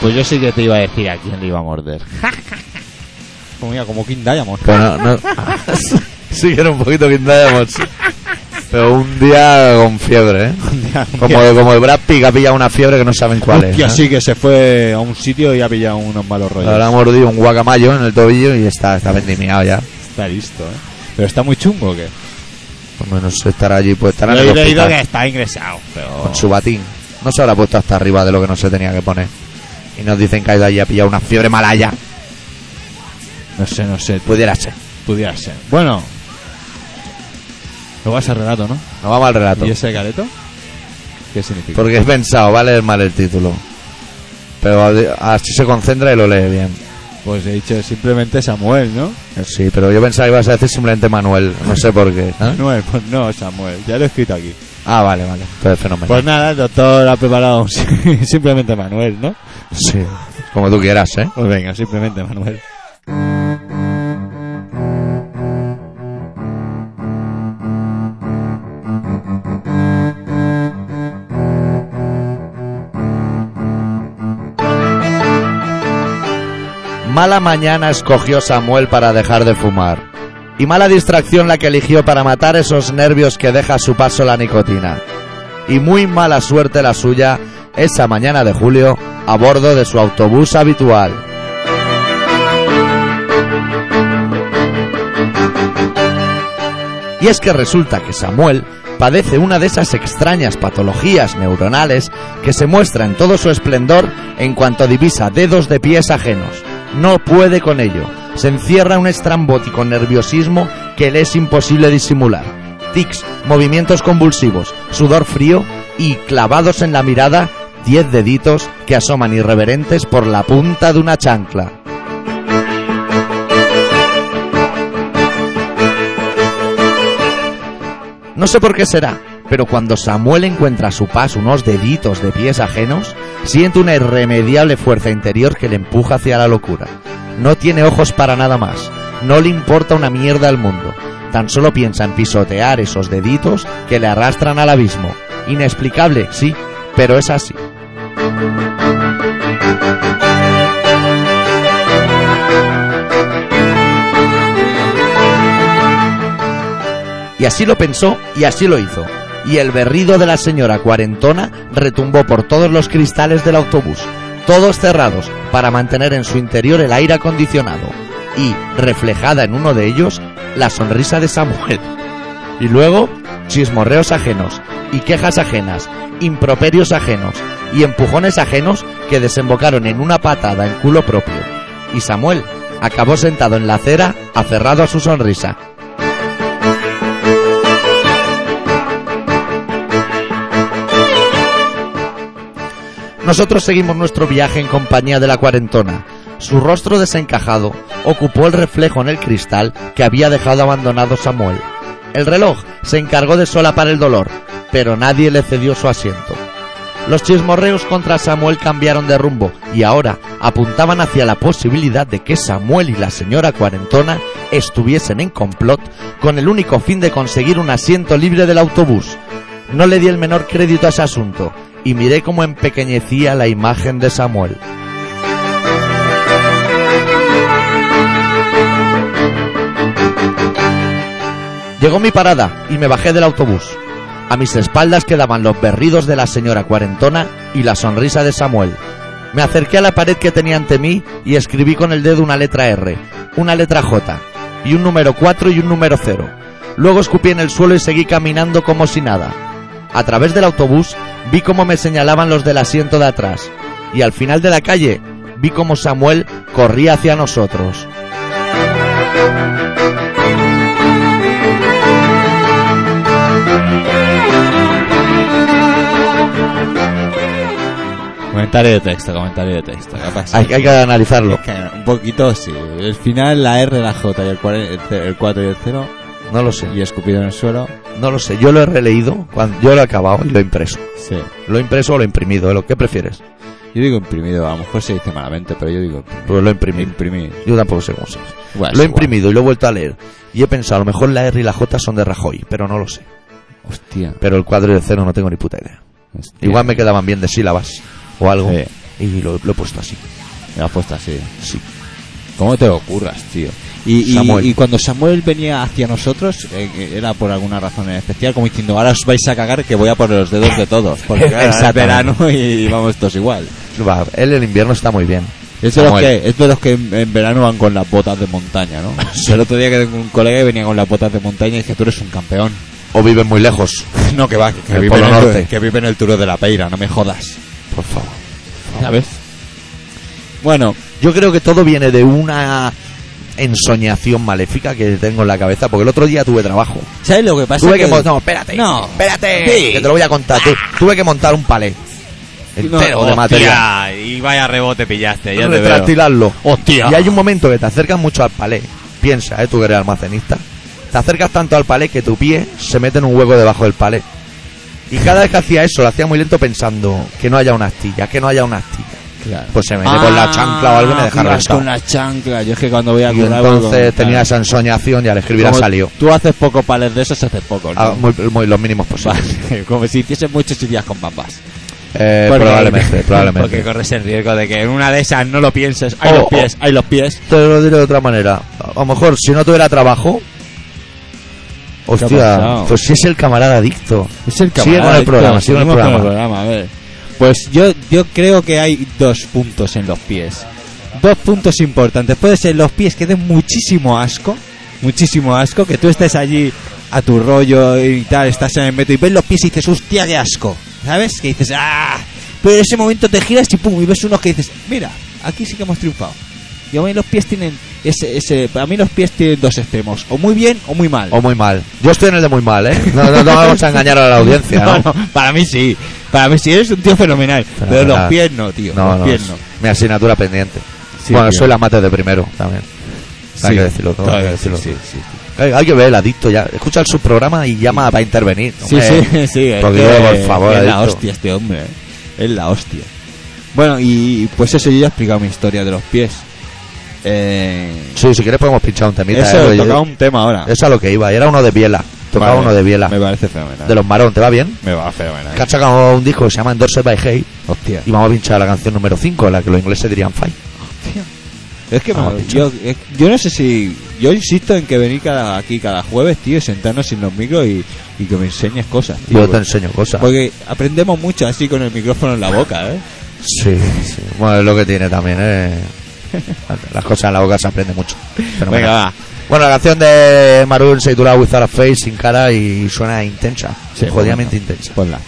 Pues yo sí que te iba a decir a quién le iba a morder. como, Pues mira, como King Diamond. Bueno, no. sí que era un poquito King Diamond, sí. Pero un día con fiebre, ¿eh? Como, como el Brad Pitt que ha pillado una fiebre que no saben cuál es. Hostia, ¿no? sí que se fue a un sitio y ha pillado unos malos rollos. Ahora ha mordido un guacamayo en el tobillo y está, está vendimiado ya. Está listo, ¿eh? Pero está muy chungo, ¿o ¿qué? Por lo menos estará allí, pues estará Yo en he el leído hospital que está ingresado, pero... con su batín. No se habrá puesto hasta arriba de lo que no se tenía que poner. Y nos dicen que ha ido allí a pillar una fiebre malaya. No sé, no sé, Pudiera ser. pudiera ser. Bueno. Luego ese relato, ¿no? Nos vamos al relato. ¿Y ese careto? ¿Qué significa? Porque he pensado, va a leer mal el título. Pero a- así se concentra y lo lee bien. Pues he dicho simplemente Samuel, ¿no? Sí, pero yo pensaba que ibas a decir simplemente Manuel. No sé por qué. ¿Eh? Manuel, pues no, Samuel. Ya lo he escrito aquí. Ah, vale, vale. Entonces, fenomenal. Pues nada, el doctor ha preparado un sim- simplemente Manuel, ¿no? Sí. Como tú quieras, ¿eh? Pues venga, simplemente Manuel. Mala mañana escogió Samuel para dejar de fumar. Y mala distracción la que eligió para matar esos nervios que deja a su paso la nicotina. Y muy mala suerte la suya esa mañana de julio a bordo de su autobús habitual. Y es que resulta que Samuel padece una de esas extrañas patologías neuronales que se muestra en todo su esplendor en cuanto divisa dedos de pies ajenos. No puede con ello. Se encierra un estrambótico nerviosismo que le es imposible disimular. Tics, movimientos convulsivos, sudor frío y, clavados en la mirada, diez deditos que asoman irreverentes por la punta de una chancla. No sé por qué será, pero cuando Samuel encuentra a su paso unos deditos de pies ajenos, siente una irremediable fuerza interior que le empuja hacia la locura. No tiene ojos para nada más, no le importa una mierda al mundo, tan solo piensa en pisotear esos deditos que le arrastran al abismo. Inexplicable, sí, pero es así. Y así lo pensó y así lo hizo. Y el berrido de la señora cuarentona retumbó por todos los cristales del autobús, todos cerrados para mantener en su interior el aire acondicionado. Y, reflejada en uno de ellos, la sonrisa de Samuel. Y luego, chismorreos ajenos, y quejas ajenas, improperios ajenos, y empujones ajenos que desembocaron en una patada en culo propio. Y Samuel acabó sentado en la acera, aferrado a su sonrisa, Nosotros seguimos nuestro viaje en compañía de la cuarentona. Su rostro desencajado ocupó el reflejo en el cristal que había dejado abandonado Samuel. El reloj se encargó de solapar el dolor, pero nadie le cedió su asiento. Los chismorreos contra Samuel cambiaron de rumbo y ahora apuntaban hacia la posibilidad de que Samuel y la señora cuarentona estuviesen en complot con el único fin de conseguir un asiento libre del autobús. No le di el menor crédito a ese asunto y miré cómo empequeñecía la imagen de Samuel. Llegó mi parada y me bajé del autobús. A mis espaldas quedaban los berridos de la señora cuarentona y la sonrisa de Samuel. Me acerqué a la pared que tenía ante mí y escribí con el dedo una letra R, una letra J, y un número 4 y un número 0. Luego escupí en el suelo y seguí caminando como si nada. A través del autobús vi cómo me señalaban los del asiento de atrás, y al final de la calle vi cómo Samuel corría hacia nosotros. Comentario de texto, comentario de texto. ¿Qué pasa? Hay, hay que analizarlo. Es que un poquito, sí. El final, la R, la J y el, cuare- el ce- el 4 y el 0. No lo sé, Y escupido en el suelo. no lo sé. Yo lo he releído, cuando yo lo he acabado y lo he impreso. Sí. Lo he impreso o lo he imprimido, ¿eh? lo que prefieres. Yo digo imprimido, a lo mejor se dice malamente, pero yo digo imprimir. Pues lo he imprimido. imprimir. Yo tampoco sé cómo se dice. Bueno, Lo he es igual. imprimido y lo he vuelto a leer. Y he pensado, a lo mejor la R y la J son de Rajoy, pero no lo sé. Hostia. Pero el cuadro de cero no tengo ni puta idea. hostia. Igual me quedaban bien de sílabas o algo. Sí. Y lo, lo he puesto así. Me la has puesto así. Sí. ¿Cómo te lo curras, tío? Y, y- Samuel. y cuando Samuel venía hacia nosotros, eh, eh, era por alguna razón en especial, como diciendo, ahora os vais a cagar que voy a por los dedos de todos, porque es Exactamente. verano y vamos todos igual. Va, él en invierno está muy bien. Es de, los Samuel. que, es de los que en, en verano van con las botas de montaña, ¿no? Yo el otro día que tengo un colega y venía con las botas de montaña y dije, tú eres un campeón. O viven muy lejos. No, que va, que, El vive, en Polo el, Norte. que vive en el Turo de la Peira, no me jodas. Por favor. ¿Sabes? Bueno, Yo creo que todo viene de una ensoñación maléfica que tengo en la cabeza, porque el otro día tuve trabajo. ¿sabes lo que pasa? Tuve Que- que montar. No, espérate. No. Espérate. Sí. Que te lo voy a contar. Tu- Tuve que montar un palé. No, Entero de hostia, material. Y vaya rebote pillaste, ya te veo. Retrastilarlo. Hostia. Y hay un momento que te acercas mucho al palé. Piensa, eh, tú que eres almacenista. Te acercas tanto al palé que tu pie se mete en un hueco debajo del palé. Y cada vez que hacía eso, lo hacía muy lento pensando que no haya una astilla, que no haya una astilla. Claro. Pues se mete con la chancla o algo y me Ah, deja ibas reventado. con la chancla. Yo es que cuando voy a Y currar voy entonces con- tenía claro. esa ensoñación y al escribir ha Como salido. Tú haces pocos palés de esos, haces pocos. ¿no? Ah, muy, muy- los mínimos posibles. Vale, Como si hicieses muchos días con bambas. Eh, Porque- probablemente, Porque probablemente. corres el riesgo de que en una de esas no lo pienses. Hay Oh, los pies, Hay los pies. Te lo diré de otra manera. A lo mejor si no tuviera trabajo. Hostia, pasado? pues si es el camarada adicto. Es el Sigue con el programa, sigue con el programa. a ver. Pues yo, yo creo que hay dos puntos en los pies. Dos puntos importantes. Puede ser los pies que den muchísimo asco, muchísimo asco, que tú estés allí a tu rollo y tal, estás en el metro y ves los pies y dices, hostia, qué asco. ¿Sabes? Que dices, ah. Pero en ese momento te giras y pum, y ves unos que dices, mira, aquí sí que hemos triunfado. Y a mí los pies tienen ese, ese, para mí los pies tienen dos extremos, o muy bien o muy mal. O muy mal. Yo estoy en el de muy mal, ¿eh? No, no, no vamos a engañar a la audiencia, ¿no? No, no, para mí sí. Para mí sí eres un tío fenomenal. Pero Fenomenal. los pies no, tío. No, los no, pies no. es Mi asignatura pendiente. Sí, bueno, tío. soy la mate de primero también. Hay Sí. que decirlo todo. Hay que, decirlo Sí, todo. sí, Hay, hay que ver el adicto ya. Escucha su programa y llama para intervenir. Eh, sí. hombre. Sí, sí, sí, es Porque, que- por favor, Es la adicto. hostia este hombre. eh. Es la hostia. Bueno, y pues eso yo ya he explicado mi historia de los pies. Eh, Sí, si quieres podemos pinchar un temita. ¿eh? eso, Porque yo- tocaba un tema ahora. Eso a lo que iba. Era uno de Biela. Tocaba Vale, uno de Biela. Me parece fenomenal. De los Marón, ¿te va bien? Me va fenomenal. Que han sacado un disco que se llama Endorsed by Hey. Hostia. Y vamos a pinchar la canción número 5, la que los ingleses dirían Fight. Es que me- Ah, bicho. yo, eh, yo no sé si. Yo insisto en que venir cada, aquí cada jueves, tío, y sentarnos sin los micros y, y que me enseñes cosas, tío. Yo te enseño cosas. Porque aprendemos mucho así con el micrófono en la boca, ¿eh? Sí, sí. Bueno, es lo que tiene también, ¿eh? Las cosas en la boca se aprende mucho. Pero Venga, bueno. va. Bueno, la canción de Maroon se titula Without a Face, sin cara y suena intensa. Sí, jodidamente ponla. intensa. Ponla.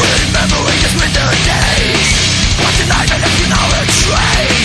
Remembering his winter days What's the night that left you now?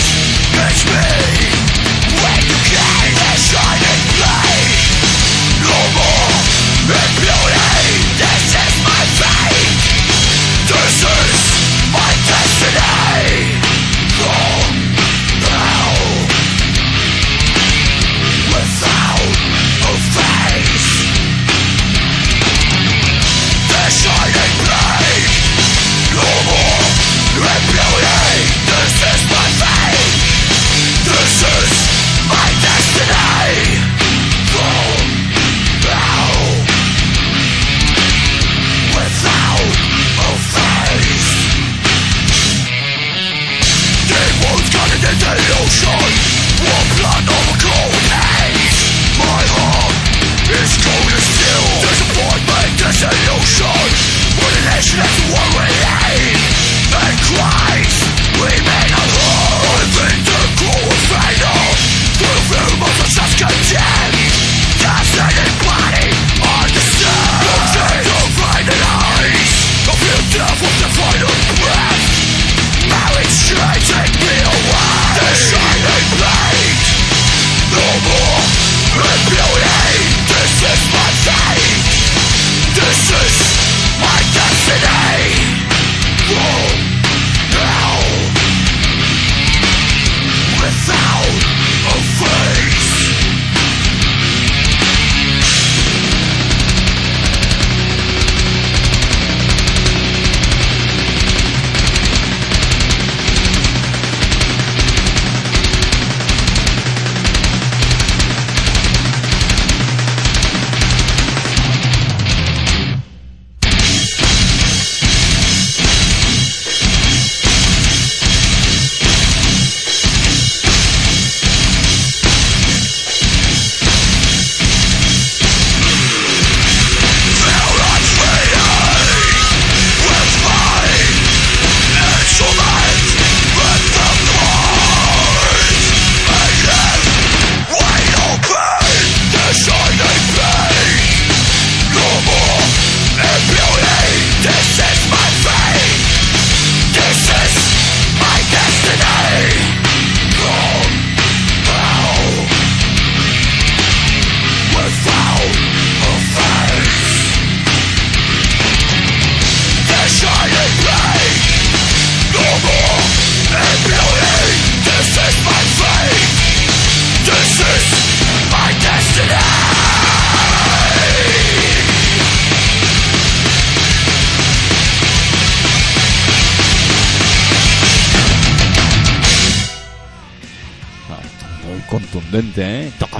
Muy contundente, ¿eh? Toc,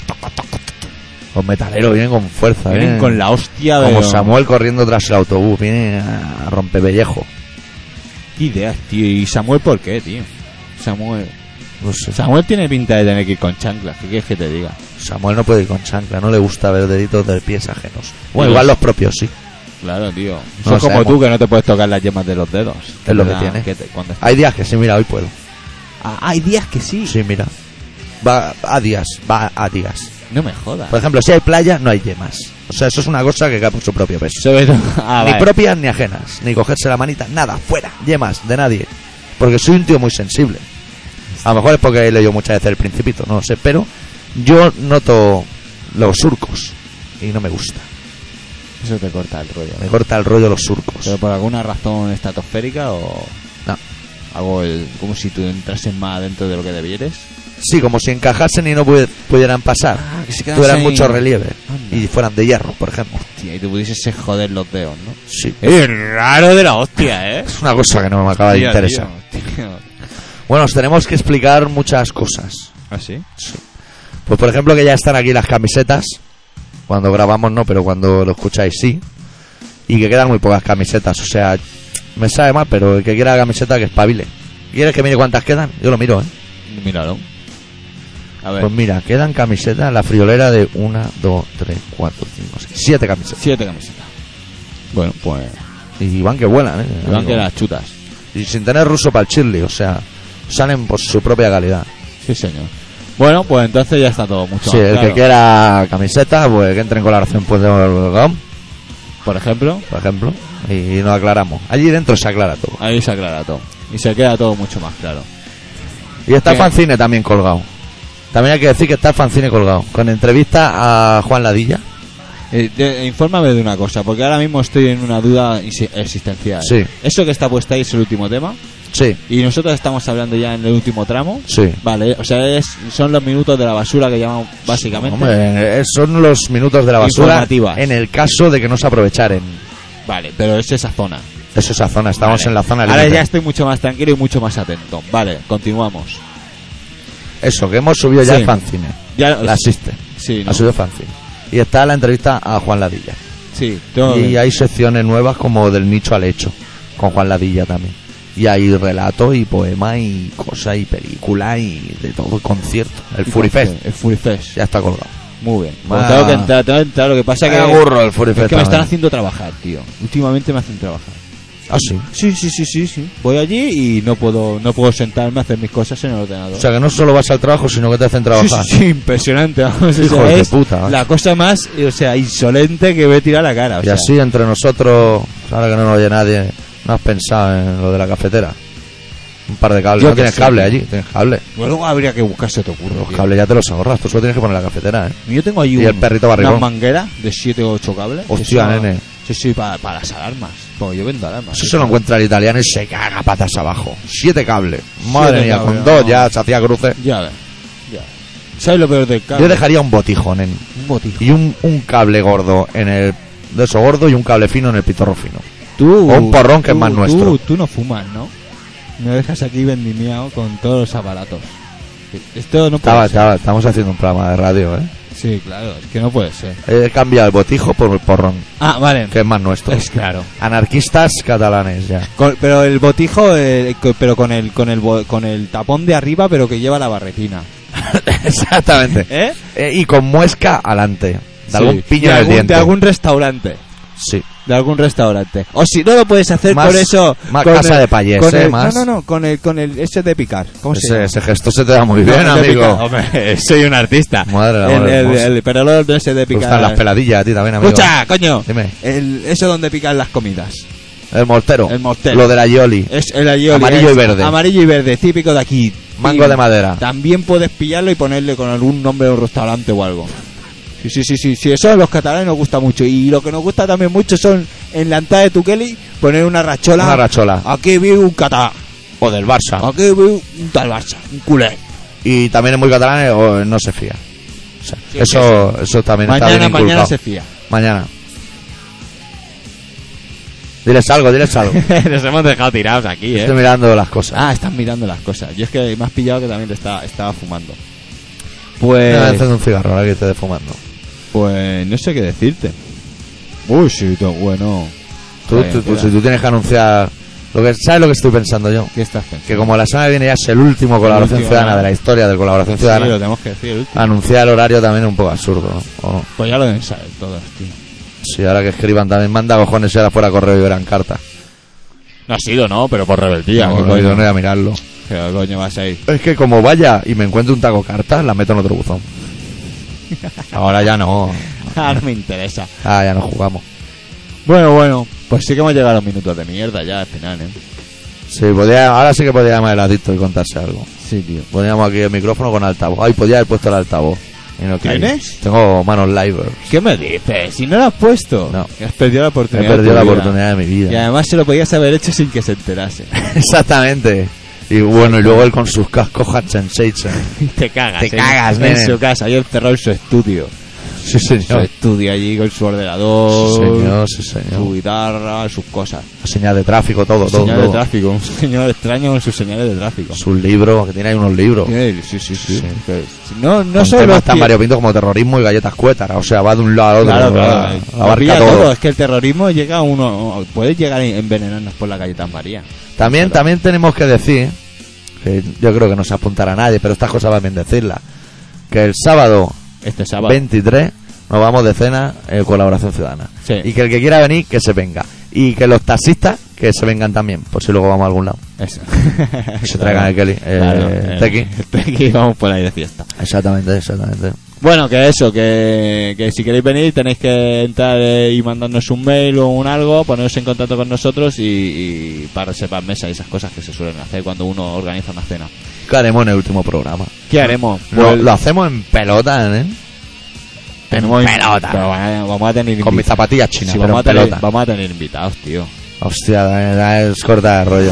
Los metaleros vienen con fuerza, Vienen ¿eh? con la hostia de... Como Samuel corriendo tras el autobús, viene a a rompepellejo. Qué ideas, tío. ¿Y Samuel por qué, tío? Samuel... No sé. Samuel tiene pinta de tener que ir con chanclas. ¿Qué quieres que te diga? Samuel no puede ir con chancla, no le gusta ver deditos de pies ajenos. Bueno. pues- Igual los propios sí. Claro, tío. No Son lo como sabemos. tú que no te puedes tocar las yemas de los dedos. Es lo te que da- tiene. te- cuando- Hay días que sí, mira, hoy puedo. Ah, hay días que sí. Sí, mira. Va a días, va a días. No me jodas. Por ejemplo, si hay playa, no hay yemas. O sea, eso es una cosa que cae por su propio peso. Sobre todo- Ah, ni vale. propias ni ajenas, ni cogerse la manita, nada, fuera, yemas, de nadie. Porque soy un tío muy sensible. A lo mejor es porque he leído muchas veces el principito, no lo sé, pero yo noto los surcos y no me gusta. Eso te corta el rollo. Me corta el rollo los surcos. Pero por alguna razón estratosférica o No. algo el- como si tú entrases más dentro de lo que debieres. Sí, como si encajasen y no pu- pudieran pasar. Ah, que se quedan Tuvieran ahí. mucho relieve Anda. y fueran de hierro, por ejemplo. Tío, y te pudieses joder los dedos, ¿no? Sí. Es raro de la hostia, ¿eh? Es una cosa que no me acaba de Tío, interesar. tío, tío. Bueno, os tenemos que explicar muchas cosas. ¿Ah, sí? Pues por ejemplo que ya están aquí las camisetas. Cuando grabamos no, pero cuando lo escucháis sí. Y que quedan muy pocas camisetas. O sea, me sabe mal, pero el que quiera camiseta que espabile. ¿Quieres que mire cuántas quedan? Yo lo miro, ¿eh? Míralo. A ver, Pues mira, quedan camisetas en la friolera de 1, 2, 3, 4, 5, 6, 7 camisetas. siete camisetas. Bueno, pues Y van que vuelan, ¿eh? te van que las chutas. Y sin tener ruso para el chirli, o sea, salen por su propia calidad. Sí, señor. Bueno, pues entonces ya está todo mucho sí, más el claro. que quiera camisetas, pues que entren con la oración pues, de- Por ejemplo, por ejemplo, y nos aclaramos. Allí dentro se aclara todo. ahí se aclara todo. Y se queda todo mucho más claro. Y está el Bien. fanzine también colgado. También hay que decir que está el fanzine colgado. Con entrevista a Juan Ladilla. Eh, te- infórmame de una cosa, porque ahora mismo estoy en una duda insi- existencial. Sí. Eso que está puesta ahí es el último tema. Sí, Y nosotros estamos hablando ya en el último tramo. sí. Vale, o sea, es, son los minutos de la basura que llamamos básicamente. Hombre, eh, son los minutos de la basura. Informativas. En el caso de que no se aprovecharen. Vale, pero es esa zona. Es esa zona, estamos Vale. en la zona Ahora límite. ya estoy mucho más tranquilo y mucho más atento. Vale, continuamos. Eso, que hemos subido ya Sí. el fanzine. Ya La asiste. Sí, ¿no? Ha subido el fanzine. Y está la entrevista a Juan Ladilla. Sí, tengo Y que- hay secciones nuevas como del nicho al hecho, con Juan Ladilla también. Y hay relatos y poemas y cosas y películas y de todo, concierto. El Furifest El Furifest. ya está colgado. Muy bien. Pues Ah. tengo que entrar, tengo que entrar. Lo que pasa que, el es que me están haciendo trabajar, tío. Últimamente me hacen trabajar. Ah, sí. Sí, sí, sí, sí, sí. Voy allí y no puedo, no puedo sentarme a hacer mis cosas en el ordenador. O sea, que no solo vas al trabajo, sino que te hacen sí, trabajar. sí, sí, impresionante. Vamos, o Hijos sea, de es puta. ¿eh? La cosa más, o sea, insolente que me tira la cara. O y sea, así, entre nosotros, ahora que no nos oye nadie, no has pensado en lo de la cafetera. Un par de cables. Yo no que tienes sé, cable tío. allí, tienes cable. Luego habría que buscarse otro curro. Los tío. cables ya te los ahorras, tú solo tienes que poner la cafetera, ¿eh? Yo tengo allí Y un- el perrito una barrigón. manguera de 7 o 8 cables. que Hostia, son- nene. Sí, sí, para, para las alarmas. Porque yo vendo alarmas. Eso se lo encuentra el italiano y se caga patas abajo. Siete cables. Madre Siete mía, cables, con dos no. ya se hacía cruces. Ya ves. Ya. ¿Sabes lo peor del cable? Yo dejaría un botijón en, Un botijo. y un, un cable gordo en el de eso gordo y un cable fino en el pitorro fino. Tú, O un porrón que es más tú- nuestro. Tú no fumas, ¿no? Me dejas aquí vendimiado con todos los aparatos. Esto no Estaba, puede ser. estaba- estamos haciendo un programa de radio, ¿eh? Sí, claro, es que no puede ser. He cambiado el botijo por el porrón, Ah, vale. que es más nuestro. Es claro. Anarquistas catalanes ya. Con- pero el botijo, eh, co- pero con el, con, el, bo- con el tapón de arriba, pero que lleva la barretina. Exactamente. ¿Eh? Eh, y con muesca adelante. De Sí. algún piño de en el algún, diente. De algún restaurante. Sí. De algún restaurante. O si no lo puedes hacer Más- con eso. más con casa de payés, con ¿eh? el- Más- No, no, no, con el, con el ese de picar. ¿Cómo se Ese, llama? ese gesto se te da muy bien, No, de amigo. picar. Hombre, soy un artista. Madre El- amor el- hermoso. el- pero no no ese de Te picar. gustan las peladillas a ti también, amigo. Escucha, coño. Dime. El, eso donde pican las comidas. El mortero. El mortero. Eh, Lo de la Yoli. Es el aioli, Amarillo es y verde. Amarillo y verde, típico de aquí. Mango Y de madera. También puedes pillarlo y ponerle con algún nombre de un restaurante o algo. Sí, sí, sí, sí, sí, eso a los catalanes nos gusta mucho. Y lo que nos gusta también mucho son en la entrada de Tukeli poner una rachola. Una rachola. Ah. Aquí vive un catalán. O del Barça. Aquí vive un tal Barça, un culé. Y también es muy catalán, eh, o no se fía. O sea, eso, eso también está Mañana, bien mañana inculcado. se fía. Mañana. Diles algo, diles algo. Nos hemos dejado tirados aquí, Estoy ¿eh? mirando las cosas. Ah, estás mirando las cosas. Yo es que me has pillado que también te estaba, estaba fumando. Ah, Pues, enciende un cigarro ahora que esté fumando. pues no sé qué decirte. Uy, sí, todo bueno. Tú, Vaya, tú- tú- queda. si tú tienes que anunciar. Lo que, ¿Sabes lo que estoy pensando yo? ¿Qué estás pensando? Que como la semana que viene ya es el último colaboración último, ciudadana ¿no? de la historia del colaboración Sí, lo ciudadana, tenemos que decir. el último. anunciar el horario también es un poco absurdo, ¿no? ¿O no? Pues ya lo deben saber todos, tío. Sí, ahora que escriban también, manda cojones y ahora fuera correo y verán carta. No ha sido, ¿no? Pero por rebeldía. no, ¿qué no, coño? yo pues, no voy a mirarlo. ¿Qué coño vas a ir? Es que como vaya y me encuentro un taco carta, la meto en otro buzón. Ahora ya no. Ah, no me interesa. Ah, ya no jugamos. Bueno, bueno. Pues sí que hemos llegado a los minutos de mierda ya al final, ¿eh? Sí, podía, ahora sí que podía llamar el adicto y contarse algo. Sí, tío. Poníamos aquí el micrófono con altavoz. Ay, podía haber puesto el altavoz. Y no caí. ¿Tienes? Tengo manos live. ¿Qué me dices? Si no lo has puesto. No. Has perdido la He oportunidad. de perdido tu la vida. oportunidad de mi Y vida. además se lo podías haber hecho sin que se enterase. Exactamente. Y bueno, y luego él con sus cascos Hatch Sensation. Te cagas. Te en- cagas, nene. En su casa, ahí encerrado en su estudio. Sí, Su señor. estudio allí con su Sí, ordenador. señor, sí, Su señor. guitarra, sus cosas. Señal de tráfico, todo, todo, señales de todo. tráfico. Un señor extraño con sus señales de tráfico. Sus libros, que tiene ahí unos libros. Sí, sí, sí. sí. Sí. Que- No, no con solo. temas tan que- variopintos como terrorismo y galletas cuétaras. O sea, va de un lado al otro. Claro, va- claro. Lo Abarca pilla todo. todo. Es que el terrorismo llega a uno. Puede llegar a envenenarnos por la calle Tan María. También, Claro. también tenemos que decir, que yo creo que no se apuntará a nadie, pero estas cosas van bien decirlas, que el sábado Este sábado. 23 nos vamos de cena en Colaboración Ciudadana. Sí. Y que el que quiera venir, que se venga. Y que los taxistas, que se vengan también, por si luego vamos a algún lado. Eso. Se traigan el Kelly, eh, Tequi. el Tequi, vamos por ahí de fiesta. Exactamente, exactamente. Bueno, que eso, que, que si queréis venir tenéis que entrar eh, y mandarnos un mail o un algo, poneros en contacto con nosotros y, y para reservar mesa y esas cosas que se suelen hacer cuando uno organiza una cena. ¿Qué haremos en el último programa? ¿Qué haremos? Lo, lo hacemos en pelota, ¿eh? Pues- tenemos pelota. pero va- vamos a tener Con mis invitados. zapatillas chinas, Sí, pero vamos, en a tener, pelota. vamos a tener invitados, tío. Hostia, da- da- es corta de rollo.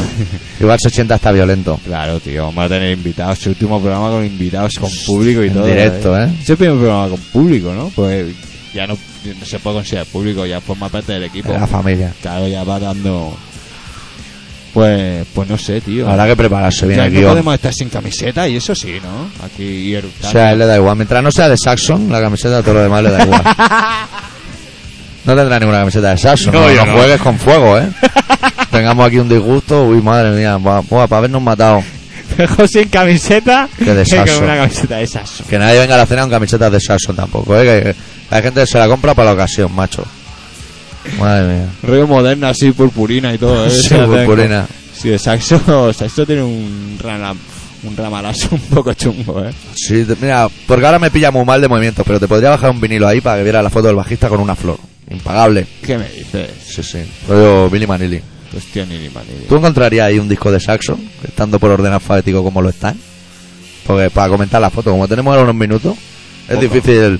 Igual 80 está violento. Claro, tío, vamos a tener invitados. Su último programa con invitados, con público y En todo. directo, ¿eh? Es el primer programa con público, ¿no? Pues ya no, no se puede considerar público, ya forma parte del equipo. La familia. Claro, ya va dando. Pues, pues no sé, tío. Habrá que prepararse bien Ya el no guión. podemos estar sin camiseta y eso sí, ¿no? Aquí y O eructar. sea, a él le da igual. Mientras no sea de Saxon, la camiseta, todo lo demás le da igual. No tendrá ninguna camiseta de Saxon. No, No, yo no no. juegues con fuego, ¿eh? Tengamos aquí un disgusto. Uy, madre mía. va- buah, para habernos matado. Mejor sin camiseta Qué desastre. que con una camiseta de esas. Que nadie venga a la cena con camisetas de Saxon tampoco, ¿eh? Que, que la gente se la compra para la ocasión, macho. Madre mía. Río moderna, así, purpurina y todo, ¿eh? Sí, Se la tengo. purpurina. Sí, de saxo, saxo tiene un, rana- un ramalazo un poco chungo, ¿eh? Sí, te- mira, porque ahora me pilla muy mal de movimientos, pero te podría bajar un vinilo ahí para que viera la foto del bajista con una flor. Impagable. ¿Qué me dices? Sí, sí. Rollo Billy Manili. Hostia, ni ni manera. ¿Tú encontrarías ahí un disco de saxo, estando por orden alfabético como lo están? Porque para comentar la foto, como tenemos ahora unos minutos, es Poco. difícil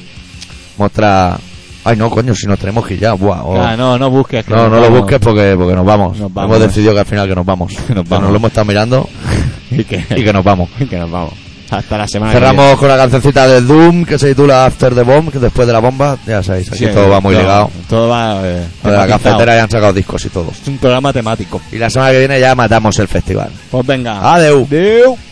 mostrar... Ay, no, coño, si nos tenemos que ir ya. Buah, o- Ah, no, no busques. que no, no nos lo vamos. busques porque, porque nos, vamos. Nos vamos. Hemos decidido que al final que nos vamos. Que nos vamos. lo hemos estado mirando Y que, y que nos vamos. y que nos vamos. Hasta la semana que viene. Cerramos con la cancioncita de Doom que se titula After the Bomb, que después de la bomba, ya sabéis, aquí Sí, todo va muy todo- ligado. Todo va. eh, Lo de la tematizado. cafetera ya han sacado discos y todo. Es un programa temático. Y la semana que viene ya matamos el festival. Pues venga. Adeu. Adeu.